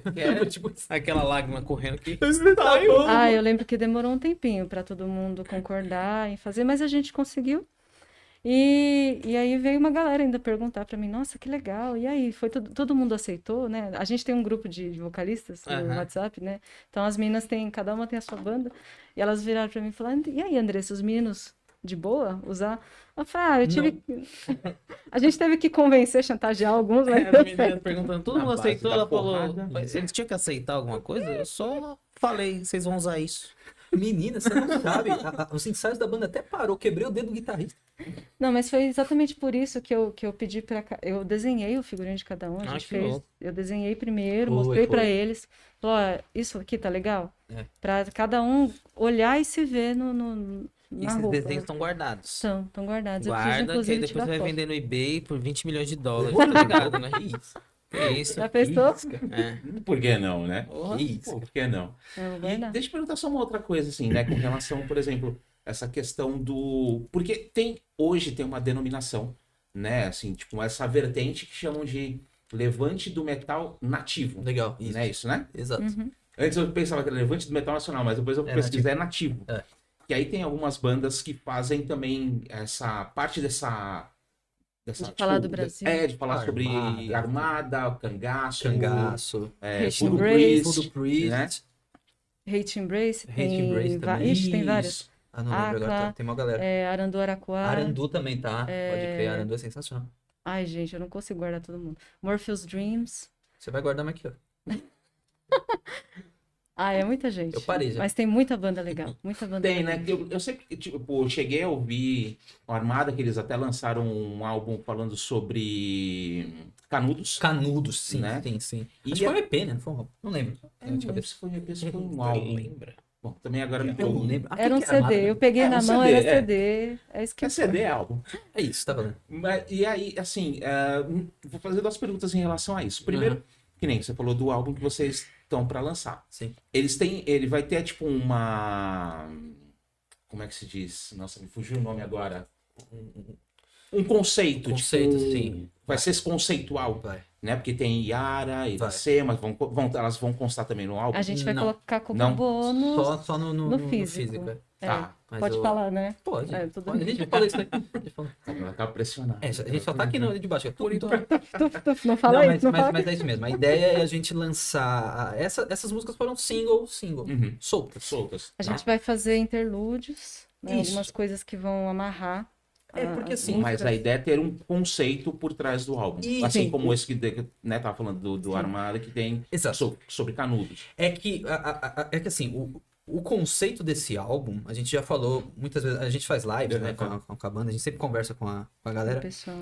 Speaker 5: sai.
Speaker 2: quer. tipo, aquela lágrima correndo aqui.
Speaker 1: tá
Speaker 2: Tá
Speaker 4: Ah, eu lembro que demorou um tempinho para todo mundo concordar em fazer, mas a gente conseguiu. E, e aí veio uma galera ainda perguntar para mim, nossa, que legal. E aí, foi todo, todo mundo aceitou, né? A gente tem um grupo de de vocalistas no
Speaker 2: Aham.
Speaker 4: WhatsApp, né? Então as meninas têm, cada uma tem a sua banda, e elas viraram para mim e falaram, e aí, Andressa, os meninos de boa usar? Eu falei, ah, eu tive. que- a gente teve que convencer, chantagear alguns, né? mas
Speaker 2: É,
Speaker 4: deu
Speaker 2: a menina
Speaker 4: certo.
Speaker 2: perguntando, todo
Speaker 1: Na
Speaker 2: mundo
Speaker 1: base
Speaker 2: aceitou,
Speaker 1: da
Speaker 2: ela falou.
Speaker 1: tá porrada.
Speaker 2: Mas eles tinham que aceitar alguma coisa? Eu só falei, vocês vão usar isso.
Speaker 5: Menina, você não sabe. A- a- os ensaios da banda até parou. Quebrei o dedo do guitarrista.
Speaker 4: Não, mas foi exatamente por isso que eu, que eu pedi para eu desenhei o figurino de cada um, a
Speaker 2: Ah,
Speaker 4: gente
Speaker 2: que
Speaker 4: fez,
Speaker 2: louco.
Speaker 4: eu desenhei primeiro,
Speaker 3: Foi,
Speaker 4: mostrei para
Speaker 3: foi.
Speaker 4: eles, falou, ó, isso aqui tá legal?
Speaker 5: É.
Speaker 4: Para cada um olhar e se ver no, no
Speaker 2: E
Speaker 4: na
Speaker 2: esses
Speaker 4: roupa.
Speaker 2: desenhos estão guardados.
Speaker 4: Estão, estão guardados. Eu preciso
Speaker 2: Guarda, que aí
Speaker 4: inclusive
Speaker 2: depois
Speaker 4: tirar
Speaker 2: você vai
Speaker 4: foto.
Speaker 2: vender no eBay por 20 milhões de dólares, tá ligado, né?
Speaker 5: Que isso?
Speaker 2: É isso.
Speaker 4: Já pensou?
Speaker 2: É.
Speaker 1: Por que não, né?
Speaker 5: Que isso?
Speaker 1: Pô, por que não?
Speaker 4: É, eu vou
Speaker 1: E
Speaker 4: guardar.
Speaker 1: deixa eu perguntar só uma outra coisa, assim, né? Com relação, por exemplo, essa questão do. Porque tem. Hoje tem uma denominação, né? Assim, tipo, essa vertente que chamam de levante do metal nativo.
Speaker 5: Legal. Isso.
Speaker 1: Não é isso, né?
Speaker 5: Exato.
Speaker 4: Uhum.
Speaker 1: Antes eu pensava que era levante do metal nacional, mas depois eu
Speaker 5: É
Speaker 1: pesquisei é nativo.
Speaker 5: É.
Speaker 1: E aí tem algumas bandas que fazem também essa parte dessa. dessa
Speaker 4: De falar do Brasil.
Speaker 1: É, de falar sobre
Speaker 5: Armada.
Speaker 1: armada, cangaço,
Speaker 5: Cangaço.
Speaker 1: é,
Speaker 4: Christian
Speaker 1: Voodoo
Speaker 4: Grace.
Speaker 1: Priest.
Speaker 5: Voodoo Priest.
Speaker 1: né?
Speaker 4: Hate Embrace
Speaker 5: Hate
Speaker 4: tem,
Speaker 5: Embrace
Speaker 4: va-
Speaker 5: também.
Speaker 4: Ixi, tem várias.
Speaker 1: Isso.
Speaker 5: Ah, não
Speaker 4: Ah,
Speaker 5: lembro agora.
Speaker 4: claro.
Speaker 5: tá- Tem uma galera.
Speaker 4: É, Arandu Araquara.
Speaker 5: Arandu também tá. Pode crer. Arandu é sensacional.
Speaker 4: Ai, gente, eu não consigo guardar todo mundo. Morpheus Dreams.
Speaker 5: Você vai guardar mais aqui, ó.
Speaker 4: Ah, é muita gente.
Speaker 5: Eu parei já.
Speaker 4: Mas tem muita banda legal, muita banda
Speaker 1: Tem,
Speaker 4: legal.
Speaker 1: né? Eu, eu sempre, tipo, eu cheguei a ouvir a Armada, que eles até lançaram um álbum falando sobre canudos.
Speaker 5: Canudos, sim,
Speaker 1: Né?
Speaker 5: sim, sim.
Speaker 1: E
Speaker 5: Acho que
Speaker 1: a-
Speaker 5: foi um EP, né? Não foi um álbum. Não lembro.
Speaker 1: É, não
Speaker 5: de
Speaker 1: lembro
Speaker 5: cabeça.
Speaker 1: se foi, se foi um
Speaker 2: Não
Speaker 1: álbum.
Speaker 2: lembra.
Speaker 1: Bom, também agora me
Speaker 5: Eu não lembro. Ah,
Speaker 4: Era um
Speaker 5: que que Armada?
Speaker 4: CD, eu peguei
Speaker 1: É,
Speaker 4: na
Speaker 1: um
Speaker 4: mão,
Speaker 1: CD,
Speaker 4: era
Speaker 1: é.
Speaker 4: CD. É isso
Speaker 1: É
Speaker 4: que eu
Speaker 1: CD, é álbum.
Speaker 5: É isso, tá valendo.
Speaker 1: Mas- E aí, assim, ah, vou fazer duas perguntas em relação a isso. Primeiro, que nem você falou do álbum que vocês estão pra lançar.
Speaker 5: Sim.
Speaker 1: Eles têm, ele vai ter tipo uma, como é que se diz? Nossa, me fugiu o nome agora. Um- Um, um conceito,
Speaker 5: Conceito,
Speaker 1: tipo,
Speaker 5: sim.
Speaker 1: Vai ser conceitual,
Speaker 5: Vai.
Speaker 1: né? Porque tem Yara e
Speaker 5: Vai.
Speaker 1: você, mas vão, vão, elas vão constar também no álbum.
Speaker 4: A gente vai
Speaker 5: Não.
Speaker 4: colocar como
Speaker 1: Não.
Speaker 4: bônus.
Speaker 5: Só, só no, no,
Speaker 4: no
Speaker 5: no
Speaker 4: físico.
Speaker 5: físico. é.
Speaker 4: É,
Speaker 1: Tá,
Speaker 5: Mas
Speaker 4: pode
Speaker 5: eu-
Speaker 4: falar, né?
Speaker 5: Pode.
Speaker 4: É, tudo
Speaker 5: pode. A
Speaker 4: bem.
Speaker 5: gente já falou isso aí. A gente falou.
Speaker 1: ela tá pressionada.
Speaker 5: É, a gente só tá aqui no, debaixo. ó.
Speaker 4: Tuf, tuf, não fala
Speaker 5: mas,
Speaker 4: isso, não
Speaker 5: mas-
Speaker 4: fala
Speaker 5: mas é isso mesmo. A ideia é a gente lançar. a- essa- essas músicas foram single, single.
Speaker 1: Uhum.
Speaker 5: Soltas.
Speaker 1: Soltas.
Speaker 4: A gente vai fazer interlúdios, né?
Speaker 5: Isso.
Speaker 4: Algumas coisas que vão amarrar.
Speaker 5: É,
Speaker 4: a-
Speaker 5: porque
Speaker 4: as
Speaker 5: assim,
Speaker 1: Sim, mas a
Speaker 4: músicas.
Speaker 1: ideia é ter um conceito por trás do álbum.
Speaker 5: E-
Speaker 1: assim
Speaker 5: Sim.
Speaker 1: como esse que né, tava falando do, do Armada, que tem
Speaker 5: Exato.
Speaker 1: so- sobre canudos.
Speaker 5: É que, a- a- a- é que assim, o, o conceito desse álbum, a gente já falou muitas vezes, a gente faz
Speaker 4: É,
Speaker 5: lives
Speaker 1: Uhum.
Speaker 5: né, com, a, com a banda, a gente sempre conversa com a, com a galera.
Speaker 4: Pessoal.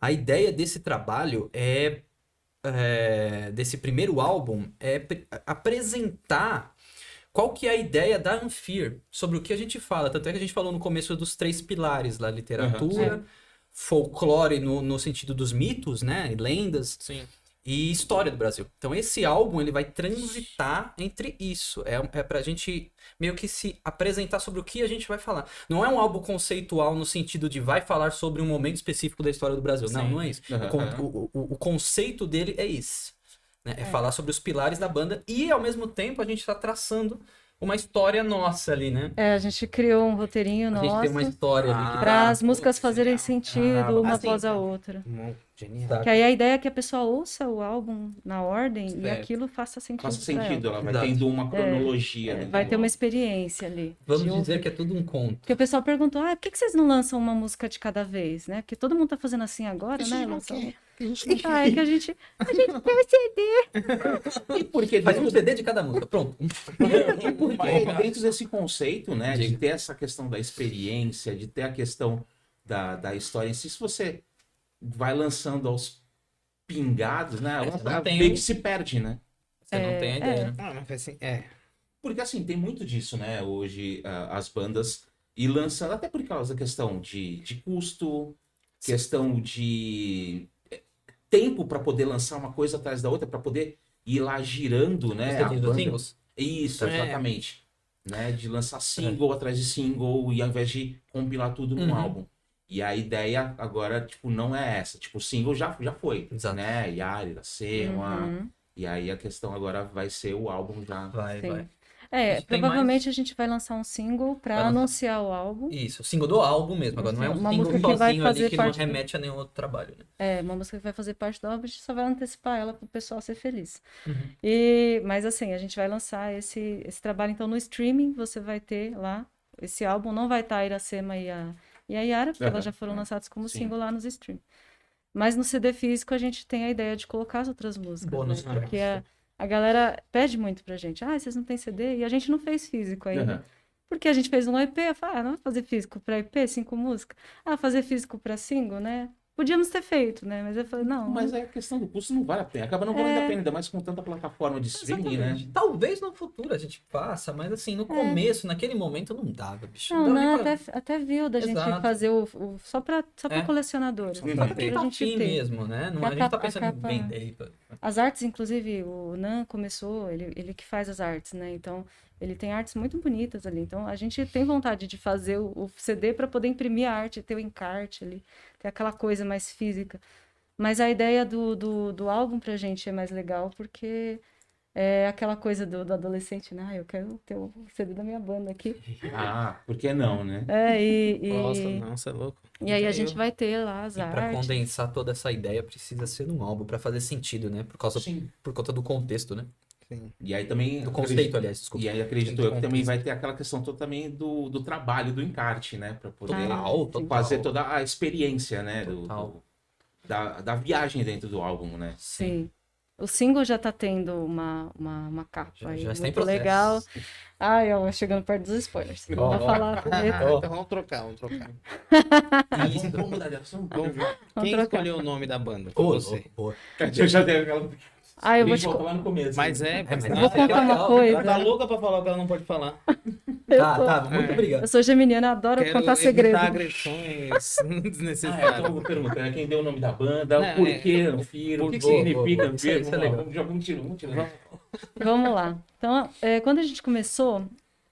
Speaker 5: A ideia desse trabalho é, é, desse primeiro álbum é pre- apresentar qual que é a ideia da Unfear, sobre o que a gente fala. Tanto é que a gente falou no começo dos três pilares lá, literatura, folclore no, no sentido dos mitos, né, e lendas,
Speaker 2: Sim.
Speaker 5: e história do Brasil. Então esse álbum ele vai transitar entre isso. É, é pra gente meio que se apresentar sobre o que a gente vai falar. Não é um álbum conceitual no sentido de vai falar sobre um momento específico da história do Brasil. Não,
Speaker 2: Sim.
Speaker 5: não é isso.
Speaker 1: Aham,
Speaker 5: O, con-
Speaker 1: aham.
Speaker 5: o- o- o conceito dele é esse. né? É, falar sobre os pilares da banda e ao mesmo tempo a gente tá traçando uma história nossa ali, né?
Speaker 4: É, a gente criou um roteirinho
Speaker 5: A
Speaker 4: nosso
Speaker 5: gente tem uma história ali. que
Speaker 4: para
Speaker 5: tá-
Speaker 4: as músicas fazerem sentido
Speaker 1: Ah,
Speaker 4: uma
Speaker 2: assim,
Speaker 4: após a
Speaker 2: tá.
Speaker 4: outra.
Speaker 1: Um
Speaker 2: Hum, Genial.
Speaker 5: tá-
Speaker 4: Que aí a ideia é que a pessoa ouça o álbum na ordem e
Speaker 5: Certo.
Speaker 4: aquilo faça sentido.
Speaker 1: Faça
Speaker 4: pra ela.
Speaker 1: sentido, ela vai
Speaker 5: Exato.
Speaker 1: tendo uma cronologia. dentro
Speaker 4: É. Vai
Speaker 1: do
Speaker 4: ter uma
Speaker 1: álbum.
Speaker 4: experiência ali.
Speaker 5: né? Vamos
Speaker 4: de ouvir.
Speaker 5: dizer que é tudo um conto.
Speaker 4: Porque o pessoal perguntou, ah, por que que vocês não lançam uma música de cada vez, né? Porque todo mundo tá fazendo assim agora, né? Lançam-
Speaker 2: que a gente não
Speaker 4: Ah, é que a gente. A gente tem um CD.
Speaker 1: E porque
Speaker 5: Faz um
Speaker 1: dentro,
Speaker 5: CD de cada música, pronto. Um
Speaker 1: e porque dentro desse conceito, né, de
Speaker 3: Diga.
Speaker 1: ter essa questão da experiência, de ter a questão da, da história em si, se você vai lançando aos pingados, né,
Speaker 5: É, você não
Speaker 1: a-
Speaker 5: tem
Speaker 1: meio
Speaker 5: um-
Speaker 1: que se perde, né?
Speaker 5: Você não
Speaker 4: É,
Speaker 5: tem a
Speaker 4: é.
Speaker 5: ideia, né?
Speaker 2: Ah, mas foi assim, é.
Speaker 1: Porque assim, tem muito disso, né? Hoje a- as bandas e lançando, até por causa da questão de, de custo, questão de eh, tempo para poder lançar uma coisa atrás da outra, para poder ir lá girando, né?
Speaker 5: Você
Speaker 1: a
Speaker 5: diz dos
Speaker 1: banda.
Speaker 5: singles?
Speaker 1: Isso,
Speaker 2: É.
Speaker 1: exatamente. Né? De
Speaker 5: É.
Speaker 1: lançar single atrás de single e ao invés de compilar tudo num
Speaker 5: Uhum.
Speaker 1: álbum. E a ideia agora, tipo, não é essa. Tipo, o single já, já foi,
Speaker 5: Exato.
Speaker 1: né? Yari, da Sema.
Speaker 4: Uhum,
Speaker 1: E aí a questão agora vai ser o álbum já.
Speaker 5: Vai,
Speaker 4: sim.
Speaker 5: vai.
Speaker 4: É,
Speaker 5: gente tem
Speaker 4: provavelmente a gente vai lançar um single
Speaker 5: Vai
Speaker 4: pra
Speaker 5: lançar.
Speaker 4: anunciar o álbum.
Speaker 5: Isso, single do álbum mesmo. Agora não é um
Speaker 4: Uma
Speaker 5: single
Speaker 4: música que vai
Speaker 5: sozinho ali
Speaker 4: fazer
Speaker 5: que não
Speaker 4: parte do-
Speaker 5: remete a nenhum outro trabalho. né?
Speaker 4: É, uma música que vai fazer parte do álbum, a gente só vai antecipar ela para o pessoal ser feliz.
Speaker 5: Uhum.
Speaker 4: E, mas assim, a gente vai lançar esse, esse trabalho, então no streaming você vai ter lá, esse álbum não vai estar a Iracema e a, e a Yara, porque
Speaker 1: Aham,
Speaker 4: elas já foram
Speaker 1: aham,
Speaker 4: lançadas como
Speaker 1: sim.
Speaker 4: single lá nos stream. Mas no CD físico a gente tem a ideia de colocar as outras músicas,
Speaker 5: Bônus
Speaker 4: né?
Speaker 5: track.
Speaker 4: Porque a, a galera pede muito pra gente, ah, vocês não têm CD? E a gente não fez físico ainda.
Speaker 1: Aham.
Speaker 4: Porque a gente fez um EP, eu falei, ah, não vai fazer físico pra EP, cinco músicas? Ah, fazer físico pra single, né? Podíamos ter feito, né? Mas eu falei, não,
Speaker 1: Mas a questão do custo não vale a pena. Acaba não valendo a pena, ainda mais com tanta plataforma de streaming, né?
Speaker 5: Talvez no futuro a gente faça, mas assim, no começo, naquele momento, não dava, bicho.
Speaker 4: É. não,
Speaker 5: dava
Speaker 4: não,
Speaker 5: nem pra-
Speaker 4: até, até viu da gente
Speaker 5: Exato.
Speaker 4: fazer o, o- só pra, só pra
Speaker 5: É.
Speaker 4: colecionadores.
Speaker 1: Só pra
Speaker 4: né?
Speaker 5: Pra quem
Speaker 4: Pra
Speaker 5: tá
Speaker 4: gente
Speaker 5: afim
Speaker 4: ter.
Speaker 5: mesmo, né? Não, a,
Speaker 4: A
Speaker 5: gente tá
Speaker 4: capa- a
Speaker 5: pensando em
Speaker 4: capa-
Speaker 5: vender. pô.
Speaker 4: As artes, inclusive, o Nan começou, ele, ele que faz as artes, né? Então, ele tem artes muito bonitas ali. Então, a gente tem vontade de fazer o, o CD para poder imprimir a arte, ter o encarte ali, ter aquela coisa mais física. Mas a ideia do, do, do álbum pra gente é mais legal porque é aquela coisa do, do adolescente, né? Ah, eu quero ter o CD da minha banda aqui.
Speaker 1: Ah, por que não, né?
Speaker 4: É, e, e,
Speaker 2: Nossa,
Speaker 5: né?
Speaker 2: não, você é louco.
Speaker 4: e aí a
Speaker 2: Eu-
Speaker 4: gente vai ter lá as
Speaker 5: E pra
Speaker 4: artes.
Speaker 5: condensar toda essa ideia, precisa ser num álbum, pra fazer sentido, né? Por, causa,
Speaker 1: Sim.
Speaker 5: por conta do contexto, né?
Speaker 2: Sim.
Speaker 1: E aí também.
Speaker 5: Do conceito, aliás, desculpa.
Speaker 1: E aí acredito
Speaker 2: Tem
Speaker 1: eu que também
Speaker 2: contexto.
Speaker 1: vai ter aquela questão toda também do, do trabalho do encarte, né? Pra poder
Speaker 5: Total,
Speaker 4: sim.
Speaker 5: total.
Speaker 1: fazer toda a experiência, né? Do,
Speaker 5: Total.
Speaker 1: do- da, da viagem dentro do álbum, né?
Speaker 4: Sim. O single já tá tendo uma, uma, uma capa
Speaker 5: Já,
Speaker 4: aí
Speaker 5: já está em
Speaker 4: muito
Speaker 5: processo.
Speaker 4: legal. Ai, ó, Ah, chegando perto dos spoilers. Não
Speaker 5: Ó,
Speaker 4: vou
Speaker 5: ó.
Speaker 4: falar primeiro.
Speaker 5: Ó.
Speaker 2: Então vamos trocar, vamos trocar.
Speaker 1: Vamos- vamos mudar de assunto?
Speaker 2: Vamos ver. Quem
Speaker 4: trocar.
Speaker 2: escolheu o nome da banda? Foi
Speaker 5: Ô, é,
Speaker 2: você.
Speaker 5: louco, boa.
Speaker 1: Eu já dei aquela.
Speaker 4: Ah, eu vou
Speaker 1: Deixa
Speaker 4: te co-
Speaker 1: falar no começo. né? Ah,
Speaker 2: Mas é,
Speaker 5: mas
Speaker 2: mas
Speaker 5: não,
Speaker 2: não,
Speaker 4: vou
Speaker 5: Nossa,
Speaker 4: contar
Speaker 5: legal,
Speaker 4: uma
Speaker 2: ela tá
Speaker 4: coisa.
Speaker 2: louca pra falar o que ela não pode falar.
Speaker 5: Tá,
Speaker 4: tô-
Speaker 5: tá, muito
Speaker 2: É.
Speaker 5: obrigado.
Speaker 4: Eu sou geminiana, adoro
Speaker 2: Quero
Speaker 4: contar
Speaker 2: evitar
Speaker 4: segredo.
Speaker 2: agressões
Speaker 1: Ah, é, então eu
Speaker 2: desnecessárias.
Speaker 1: vou perguntar né, quem deu o nome da banda,
Speaker 2: Não,
Speaker 1: por
Speaker 2: é.
Speaker 1: que Anfiro, o que, que
Speaker 5: Boa, boa,
Speaker 1: significa
Speaker 5: boa. Isso aí,
Speaker 1: Anfiro,
Speaker 5: isso é
Speaker 1: vamos lá,
Speaker 5: legal.
Speaker 1: vamos- já vamos tirar, vamos tirar.
Speaker 4: Vamos lá. Então, é, quando a gente começou,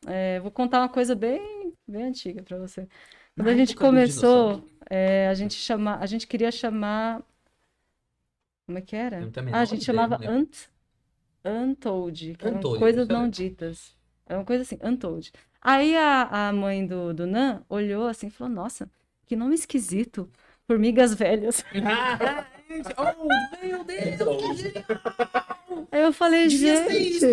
Speaker 4: é, vou contar uma coisa bem, bem antiga pra você. Quando
Speaker 5: Na
Speaker 2: Ah, é
Speaker 4: a gente
Speaker 5: época do
Speaker 4: começou, é, a gente chama, a gente queria chamar, como é que era?
Speaker 5: Eu também
Speaker 4: Ah,
Speaker 5: não
Speaker 4: a gente
Speaker 5: ideia,
Speaker 4: chamava
Speaker 2: né?
Speaker 5: não lembro.
Speaker 4: Ant, Untold, que eram
Speaker 5: Untold,
Speaker 4: coisas
Speaker 5: isso eu
Speaker 4: não
Speaker 5: lembro.
Speaker 4: ditas. É uma coisa assim, Untold. Aí a, a mãe do, do Nan olhou assim e falou, nossa, que nome esquisito, formigas velhas.
Speaker 2: Ah, gente, oh, meu Deus!
Speaker 4: Aí eu falei,
Speaker 2: Devia ser
Speaker 4: gente...
Speaker 2: isso.